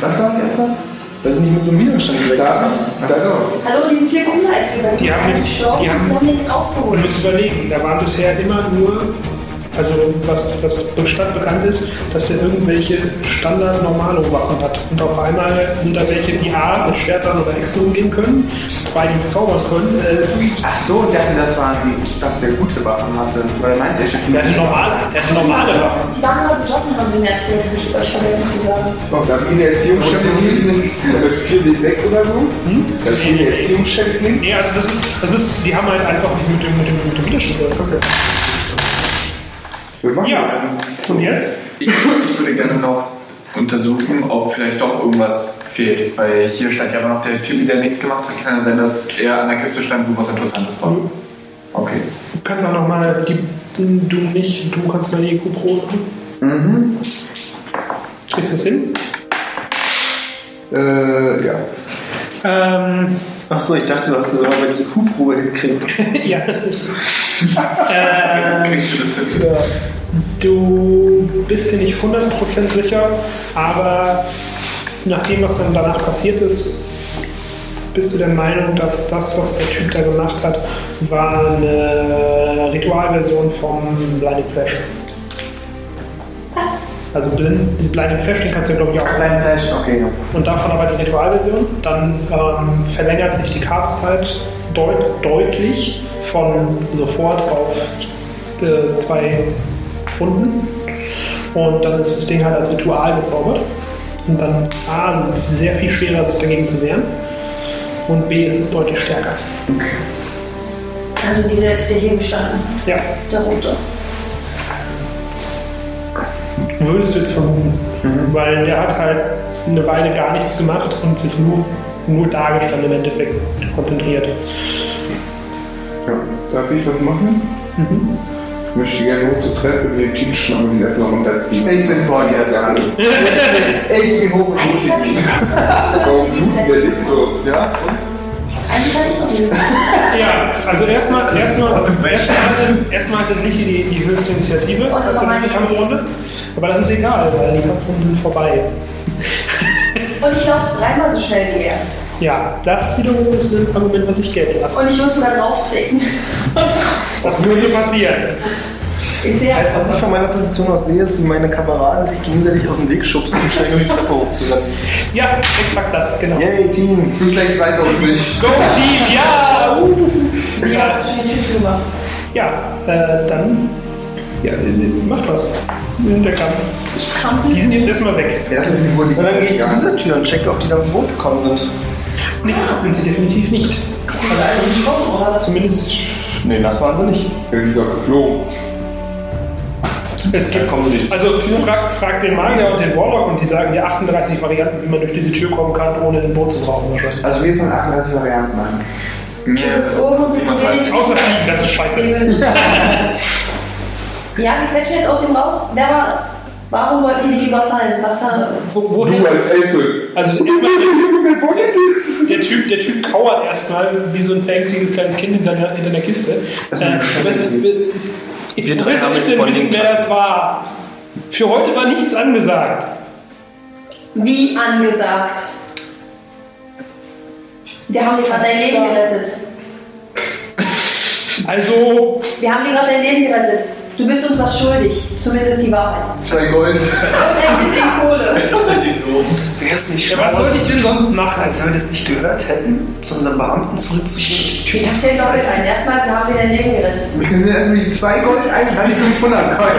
Was war der? Weil sie nicht mit so einem Widerstand direkt Da, da doch. Hallo, die sind viel cooler als wir. Die haben sind nicht- gestorben, die haben- wir haben den Man rausgeholt. muss überlegen, da waren bisher immer nur, also was, was durch Stadt bekannt ist, dass er irgendwelche Standard-Normalo-Waffen hat. Und auf einmal sind da welche, die A, mit Schwertern oder Äxten umgehen können, zwei, die zaubern können. Äh, Ach so, ich dachte, das waren die, dass der gute Waffen hatte. Weil er meinte, er schickt der hat eine normale, der hat eine normale Waffen. Die waren mal besoffen, haben sie mir erzählt. Ich euch vergessen zu sagen. Und dann in der Erziehungscheck mindestens mit 4 bis 6 oder so. Dann in der Erziehungscheck nehmen. Nee, also das ist, das ist, die haben halt einfach nicht mit dem, mit dem, mit dem Widerstand. Okay. Wir machen Ja, und jetzt? Ich, ich würde gerne noch untersuchen, ob vielleicht doch irgendwas fehlt. Weil hier stand ja immer noch der Typ, der nichts gemacht hat. Kann ja sein, dass er an der Kiste stand, wo was Interessantes war. Okay. Du kannst auch nochmal, du nicht, du kannst mal die EQ Pro. Mhm. Kriegst du das hin? Äh, ja. Ähm, Achso, ich dachte, du hast das aber die Q-Probe hingekriegt. ja. äh, Kriegst du das hin? Du bist dir nicht 100% sicher, aber nach dem, was dann danach passiert ist, bist du der Meinung, dass das, was der Typ da gemacht hat, war eine Ritualversion vom Blinded Flash. Was? Also Blind, Blinded Flash, den kannst du ja glaube ich auch Kleinen Flash, okay. und davon aber die Ritualversion. Dann ähm, verlängert sich die Castzeit deut deutlich von sofort auf äh, zwei Runden. Und dann ist das Ding halt als Ritual gezaubert. Und dann A, es ist sehr viel schwerer, sich dagegen zu wehren. Und B, es ist deutlich stärker. Also dieser jetzt, der hier gestanden, Ja, der rote. würdest du jetzt vermuten. Weil der hat halt eine Weile gar nichts gemacht und sich nur, nur dargestanden im Endeffekt konzentriert. ja. Darf ich was machen? Ich möchte gerne hoch zur Treppe und den Kitchen, aber die erstmal runterziehen. Ich bin vor dir, das ist alles. Ich bin hoch und Eigentlich habe ich mutig. Oh, der Eigentlich lebt uns, ja? habe ich noch den. Ja, also erstmal erstmal erstmal hatte- erstmal hatte Michi die, die höchste Initiative Und das zur war letzten meine Idee. Kampfrunde. Aber das ist egal, weil die Kampfrunden sind vorbei. Und ich laufe dreimal so schnell wie er. Ja, das wiederum ist ein Argument, was ich gelten lasse. Und ich würde sogar drauftreten. Das würde passieren. Ich sehe halt, Weißt du, was ich von meiner Position aus sehe, ist, wie meine Kameraden sich gegenseitig aus dem Weg schubsen, um schnell nur die Treppe hochzurennen. Ja, exakt das, genau. Yay, Team! Du schlägst weiter und mich. Go Team, ja! Uh. Ich Ja, habe halt schon den Typ gemacht. ja äh, dann ja, macht was. Der Kampf. Ich trampel. Die sind jetzt erstmal weg. Er hatte die Figur, die Und dann gehe ich zu Ja. dieser Tür und checke, ob die da rot gekommen sind. Nee, sind sie definitiv nicht. Sie sind also gesprungen, oder <laughs> was? Zumindest Nee, das waren sie nicht. Ja, die ist auch geflogen. Es gibt, also frag, frag den Magier und den Warlock und die sagen dir 38 Varianten, wie man durch diese Tür kommen kann, ohne den Boot zu brauchen wahrscheinlich. Also wir fangen 38 Varianten an. Mir Das oben sind jemand wir halt. Außer Fliegen, das ist scheiße. Ja, wir quetschen jetzt aus dem raus. Wer war das? Warum wollten die dich überfallen? Was haben Wo, Du woher? als Elfe. Also erstmal, der, typ, der Typ kauert erstmal wie so ein verängstiges kleines Kind hinter einer, hinter einer Kiste. ist eine Äh, Scheiße. was- wir- ich Wir drei will haben jetzt jetzt vorhin wissen, den wer das war. Für heute war nichts angesagt. Wie angesagt. Wir haben dir gerade dein Leben gerettet. Also, Wir haben dir gerade dein Leben gerettet. Du bist uns was schuldig. Zumindest die Wahrheit. Zwei Gold. Und ein bisschen Kohle. Wäre es nicht ja, was sollte ich denn sonst machen? als wenn wir das nicht gehört hätten, zu unserem Beamten zurückzugehen? Das fällt doppelt ein. Erstmal haben wir dein Leben gerettet. Wir sind erstmal die zwei Gold, ein, dann die 500 Gold.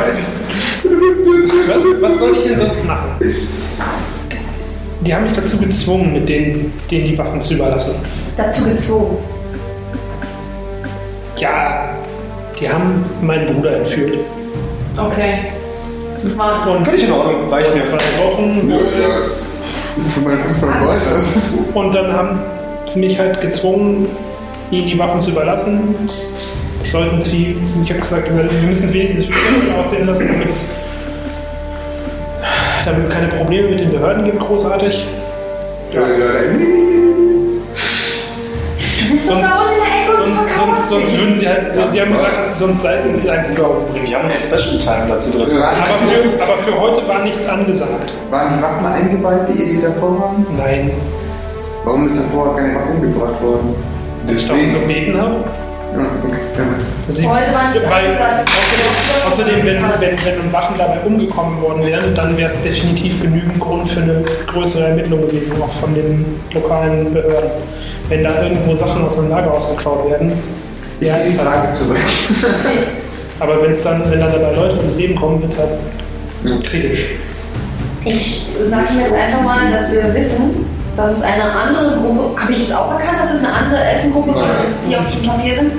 Was, was soll ich denn sonst machen? Die haben mich dazu gezwungen, mit denen, denen die Waffen zu überlassen. Dazu gezwungen. Ja, die haben meinen Bruder entführt. Okay. Mann. Und Völlig in Ordnung, reicht vor mir. zwei Wochen. Ja, ja. Das ist für meine 500 Gold. Das ist Und dann haben sie mich halt gezwungen, ihnen die Waffen zu überlassen. Sollten sie, ich habe gesagt, wir müssen es wenigstens verständlich aussehen lassen, damit es damit es keine Probleme mit den Behörden gibt, großartig. Ja, ja, ja. Du bist doch da unten in der Ecke und Sonst, sonst, verkaufst sonst dich. würden sie halt, sie haben gesagt, dass sie sonst Seiten für einen Bruder umbringen. Wir haben eine Special Time dazu drin. Aber für, aber für heute war nichts angesagt. Waren die Waffen eingeweiht, die ihr hier davor waren? Nein. Warum ist denn vorher keine Waffe umgebracht worden? Ich da einen Deswegen. Magneten habe. Ah, Ja, okay. ja. Also ich- Heute waren die weil Sachen- außerdem, außerdem wenn, wenn, wenn Waffen dabei umgekommen worden wären, dann wäre es definitiv genügend Grund für eine größere Ermittlung gewesen, auch von den lokalen Behörden. Wenn da irgendwo Sachen aus einem Lager ausgeklaut werden, Ich ja, ziehe die ist halt. Frage zurück. Aber wenn es dann, wenn dann dabei Leute ums Leben kommen, wird es halt kritisch. Ich sage jetzt einfach mal, dass wir wissen, dass es eine andere Gruppe. Habe ich das auch erkannt, dass es eine andere Elfengruppe Nein. ist, die auf dem Papier sind?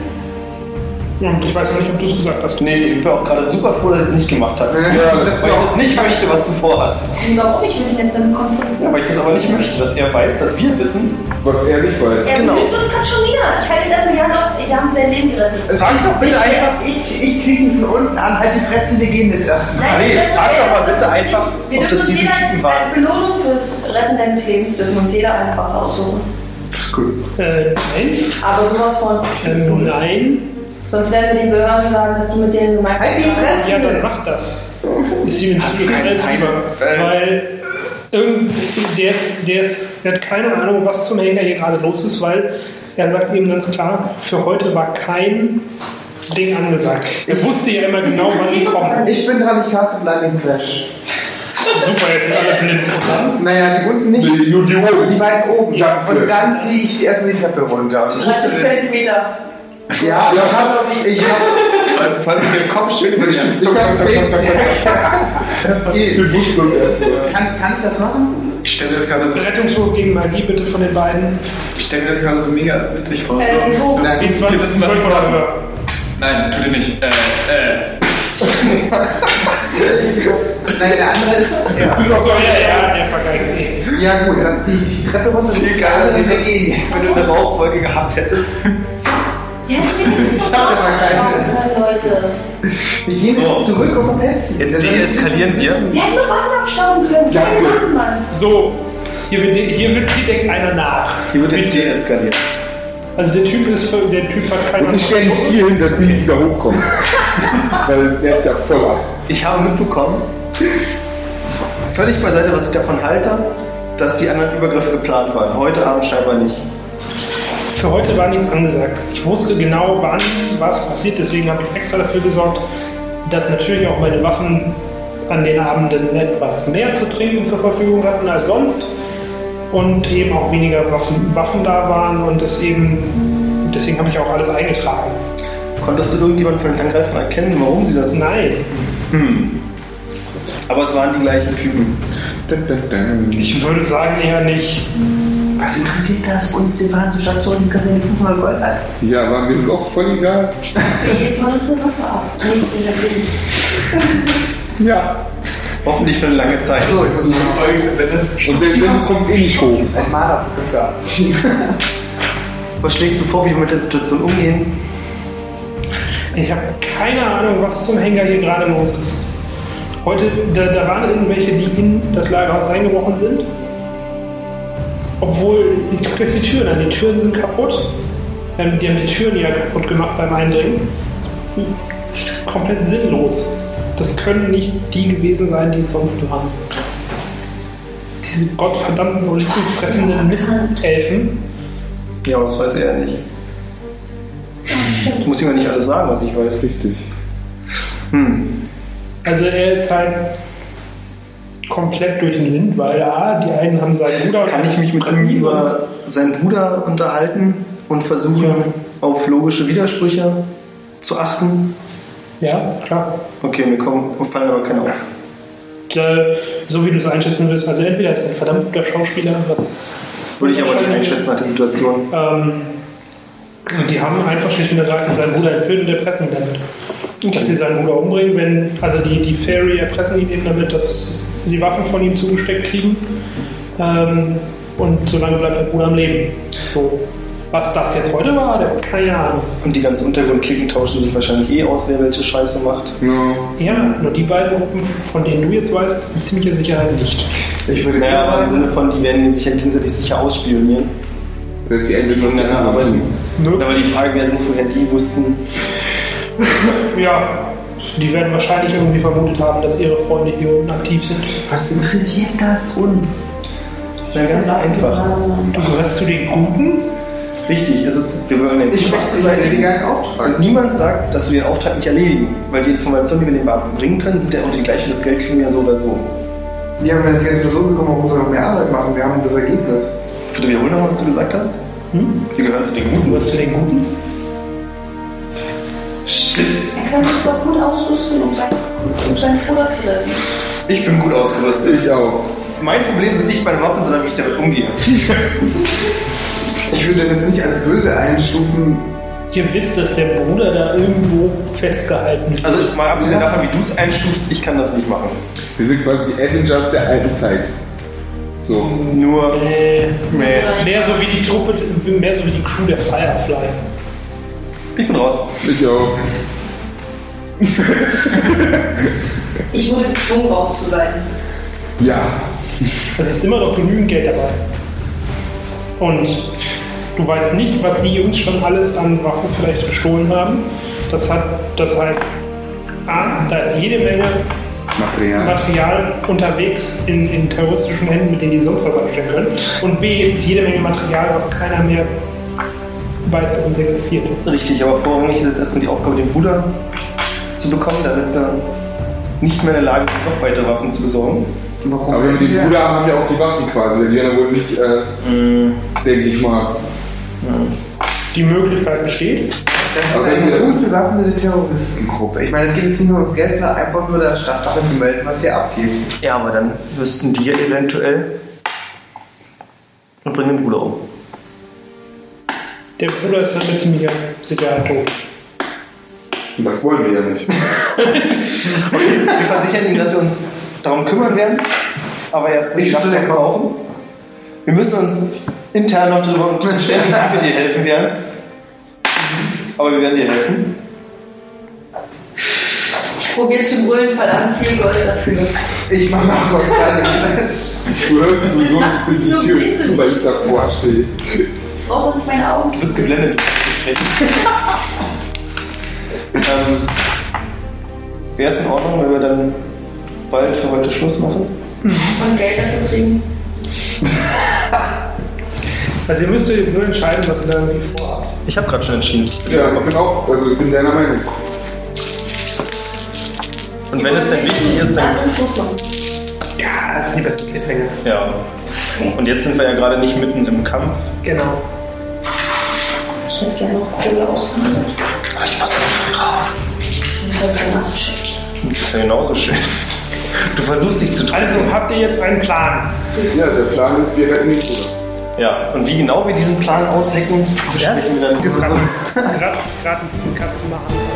Und ich weiß noch nicht, ob du es gesagt hast. Nee, ich bin auch gerade super froh, dass ich es nicht gemacht habe. Ja, das ist Weil ich auch- das nicht möchte, was du vorhast. Und warum? Ich würde ihn jetzt damit konfrontieren. Ja, weil ich das aber nicht möchte, dass er weiß, dass wir wissen. Was er nicht weiß. Er Genau. lügt uns gerade schon wieder. Ich halte das mit Jan auf. Wir haben dein Leben gerettet. Frag doch bitte einfach. Ich, ich kriege ihn von unten an, halt die Fresse, wir gehen jetzt erstmal. Nein, Nee, das frag war- doch mal bitte einfach, Wir ob dürfen das uns diese jeder Typen als, waren. als Belohnung fürs Retten deines Lebens dürfen uns jeder einfach aussuchen. Ist gut. Äh, nein. Aber sowas von. Ähm, nein. Sonst werden wir den Behörden sagen, dass du mit denen gemeinsam. Halt die Fresse! Ja, dann mach das. Ist ihm Hast du keinen Silence? Weil irgend, der, ist, der, ist, der hat keine Ahnung, was zum Henker hier gerade los ist, weil er sagt ihm ganz klar, für heute war kein Ding angesagt. Er wusste ja immer Das genau, wann die interessiert uns kommen. aber Ich bin dran, ich caste Blinding Flash. Super, jetzt sind alle blind. Naja, die unten nicht. Die- die oben. Die beiden oben. Danke. Und dann ziehe ich sie erstmal die Treppe runter. 30 Zentimeter. Ja, ich habe. Ich habe. Fand ich den Kopf schön über die Ich hab <laughs> Das geht. Den Busblock erstmal. Kann, kann ich das machen? Ich stelle mir das gerade so, Rettungswurf gegen Magie bitte von den beiden. ich stell mir das gerade so mega witzig vor. Ähm, So. wo? Nein. Wie 20 wissen, was zwölf sie oder sagen. höher. Nein, tut ihr nicht. Äh, äh. Nein, der andere ist. Ja, Ach so, ja, ja, der Vergleich ist eh. ja gut, dann ziehe ich die Treppe runter und die geiler. andere, wir gehen jetzt. Wenn du eine Rauchfolge gehabt hättest. Ja, ich Ich hab aber keine. keine Leute. Wir gehen jetzt So. zurück auf den Netz. Jetzt deeskalieren wir. Wir hätten doch Waffen abschauen können. Ja, Keine gut. Waffen, Mann. So, hier wird, hier wird hier denkt einer nach. Hier wird jetzt deeskaliert. Also der Typ ist für, der Typ hat keine Und ich stelle mich hier hin, dass die nicht wieder hochkommen. Weil der da voll ab. Ich habe mitbekommen, völlig beiseite, was ich davon halte, dass die anderen Übergriffe geplant waren. Heute Abend scheinbar nicht. Für heute war nichts angesagt. Ich wusste genau, wann was passiert, deswegen habe ich extra dafür gesorgt, dass natürlich auch meine Wachen an den Abenden etwas mehr zu trinken zur Verfügung hatten als sonst und eben auch weniger Wachen, Wachen da waren und es eben, deswegen habe ich auch alles eingetragen. Konntest du irgendjemanden von den Angreifern erkennen, warum sie das Nein, Aber es waren die gleichen Typen. Dun, dun, dun. ich würde sagen eher nicht. Was interessiert das? Und wir fahren zur Station und kassieren 500 Gold ein. Ja, war mir das auch voll egal. Für jeden Fall ist eine Waffe ab. Nee, ich bin dagegen. Ja. Hoffentlich für eine lange Zeit. So, ich muss mal. Wenn das Und selbst wenn du kommst eh nicht hoch. Ein Marderbrücke abziehen. <laughs> Was schlägst du vor, wie wir mit der Situation umgehen? Ich habe keine Ahnung, was zum Henker hier gerade los ist. Heute, da, da waren irgendwelche, die in das Lagerhaus eingebrochen sind. Obwohl, ich gucke jetzt die Türen an. Die Türen sind kaputt. Ähm, die haben die Türen ja kaputt gemacht beim Eindringen. Das ist komplett sinnlos. Das können nicht die gewesen sein, die es sonst waren. Diese gottverdammten Olivenfressenden Mistelfen. Ja, aber das weiß er ja nicht. Ich muss ihm ja nicht alles sagen, was ich weiß. Richtig. Hm. Also er ist halt komplett durch den Wind, weil ah, die einen haben seinen Bruder. Kann ich mich mit ihm über seinen Bruder unterhalten und versuchen, auf logische Widersprüche zu achten? Ja, klar. Okay, mir kommen, mir fallen aber keine auf. Und, äh, so wie du es einschätzen willst. Also entweder ist er ein verdammt guter Schauspieler, was Würde ich aber nicht wahrscheinlich ist. einschätzen nach der Situation. Ähm, und die haben einfach schlicht und ergreifend seinen Bruder entführt und erpressen ihn damit. Dass sie seinen Bruder umbringen, wenn, also die, die Fairy erpressen ihn eben damit, dass sie Waffen von ihm zugesteckt kriegen. Ähm, und solange bleibt der Bruder am Leben. So. Was das jetzt heute war, der, keine Ahnung. Und die ganzen Untergrundklicken tauschen sich wahrscheinlich eh aus, wer welche Scheiße macht. No. Ja, nur die beiden Gruppen, von denen du jetzt weißt, mit ziemlicher Sicherheit nicht. Ich würde Naja, aber im sagen, Sinne von, die werden sich ja gegenseitig sicher ausspionieren. Das ist die Ende, was der andere tun. Möglich. Aber die Frage wäre sonst, woher die wussten, Ja, die werden wahrscheinlich irgendwie vermutet haben, dass ihre Freunde hier unten aktiv sind. was interessiert das uns? Na, ganz einfach. Du gehörst zu den Guten? Richtig, es ist, wir wollen den Ich mache das einen illegalen Auftrag. Niemand sagt, dass wir den Auftrag nicht erledigen, weil die Informationen, die wir den Beamten bringen können, sind ja auch die gleichen. Das Geld kriegen wir ja so oder so. Ja, aber wenn das Geld nur so bekommen, haben, muss er noch mehr Arbeit machen. Wir haben das Ergebnis. Bitte wiederholen nochmal, was du gesagt hast. Hm? Wir gehören zu den Du Guten. gehörst zu den Guten? Shit, Er kann sich doch gut ausrüsten, um seinen, um seinen Bruder zu retten. ich bin gut ausgerüstet. Ich auch. Mein Problem sind nicht meine Waffen, sondern wie ich damit umgehe. Ich würde das jetzt nicht als böse einstufen. Ihr wisst, dass der Bruder da irgendwo festgehalten ist. Also mal abgesehen davon, wie du es einstufst, ich kann das nicht machen. Wir sind quasi die Avengers der alten Zeit. So. Nur, Äh, nee. mehr so wie die Truppe, mehr so wie die Crew der Firefly. Ich bin raus. Ich auch. Ich wurde gezwungen, raus zu sein. Ja. Es ist immer noch genügend Geld dabei. Und du weißt nicht, was die Jungs schon alles an Waffen vielleicht gestohlen haben. Das, hat, das heißt, A, da ist jede Menge Material. Material unterwegs in, in terroristischen Händen, mit denen die sonst was anstellen können. Und B, es ist jede Menge Material, was keiner mehr weiß, dass es existiert. Richtig, aber vorrangig ist jetzt erstmal die Aufgabe, den Bruder zu bekommen, damit sie nicht mehr in der Lage sind, noch weitere Waffen zu besorgen. Warum? Aber wenn wir den Ja. Bruder haben, haben wir auch die Waffen quasi. Die werden wohl nicht, äh, denke ich mal. Die Möglichkeit besteht. Das ist Aber wenn wir eine das- gut bewaffnete Terroristengruppe. Ich meine, es geht jetzt nicht nur ums Geld, sondern einfach nur der Stadtwache zu melden, was hier abgeht. Ja, aber dann wüssten die ja eventuell und bringen den Bruder um. Der Bruder ist dann mit ziemlicher Sicherheit tot. Und das wollen wir ja nicht. Wir versichern ihm, dass wir uns darum kümmern werden, aber erst wenn die Ich Sachen stelle- brauchen. Wir müssen uns intern noch darüber unterstellen, wie wir dir helfen werden. Aber wir werden dir helfen. Ich probiere zu brüllen, verdammt viel Gold dafür. Ich mache noch mal kleine Flash. Du hörst es so durch die Tür zu, weil ich davor stehe. Ich brauche doch nicht meine Augen. Du bist geblendet. um durch <laughs> das Gespräch. ähm, Wäre es in Ordnung, wenn wir dann bald für heute Schluss machen? Und Geld dafür kriegen. Also ihr müsst euch nur entscheiden, was ihr da irgendwie vorhabt. Ich habe gerade schon entschieden. Ja, ich bin auch, also ich bin deiner Meinung. Und wenn es denn wichtig ist, dann. Andere Schuss machen. Ja, das ist die beste Cliffhanger. Ja. Und jetzt sind wir ja gerade nicht mitten im Kampf. Genau. Ich hätte gerne noch Kohle ausgemacht. Ah, Ich muss raus. Und heute Nacht schickt. Das ist ja genauso schön. Du versuchst dich zu Also habt ihr jetzt einen Plan? Ja, der Plan ist, wir retten den Bruder. Ja, und wie genau wir diesen Plan aushecken, besprechen wir dann. Jetzt gerade gerade- gerade einen Katzen machen.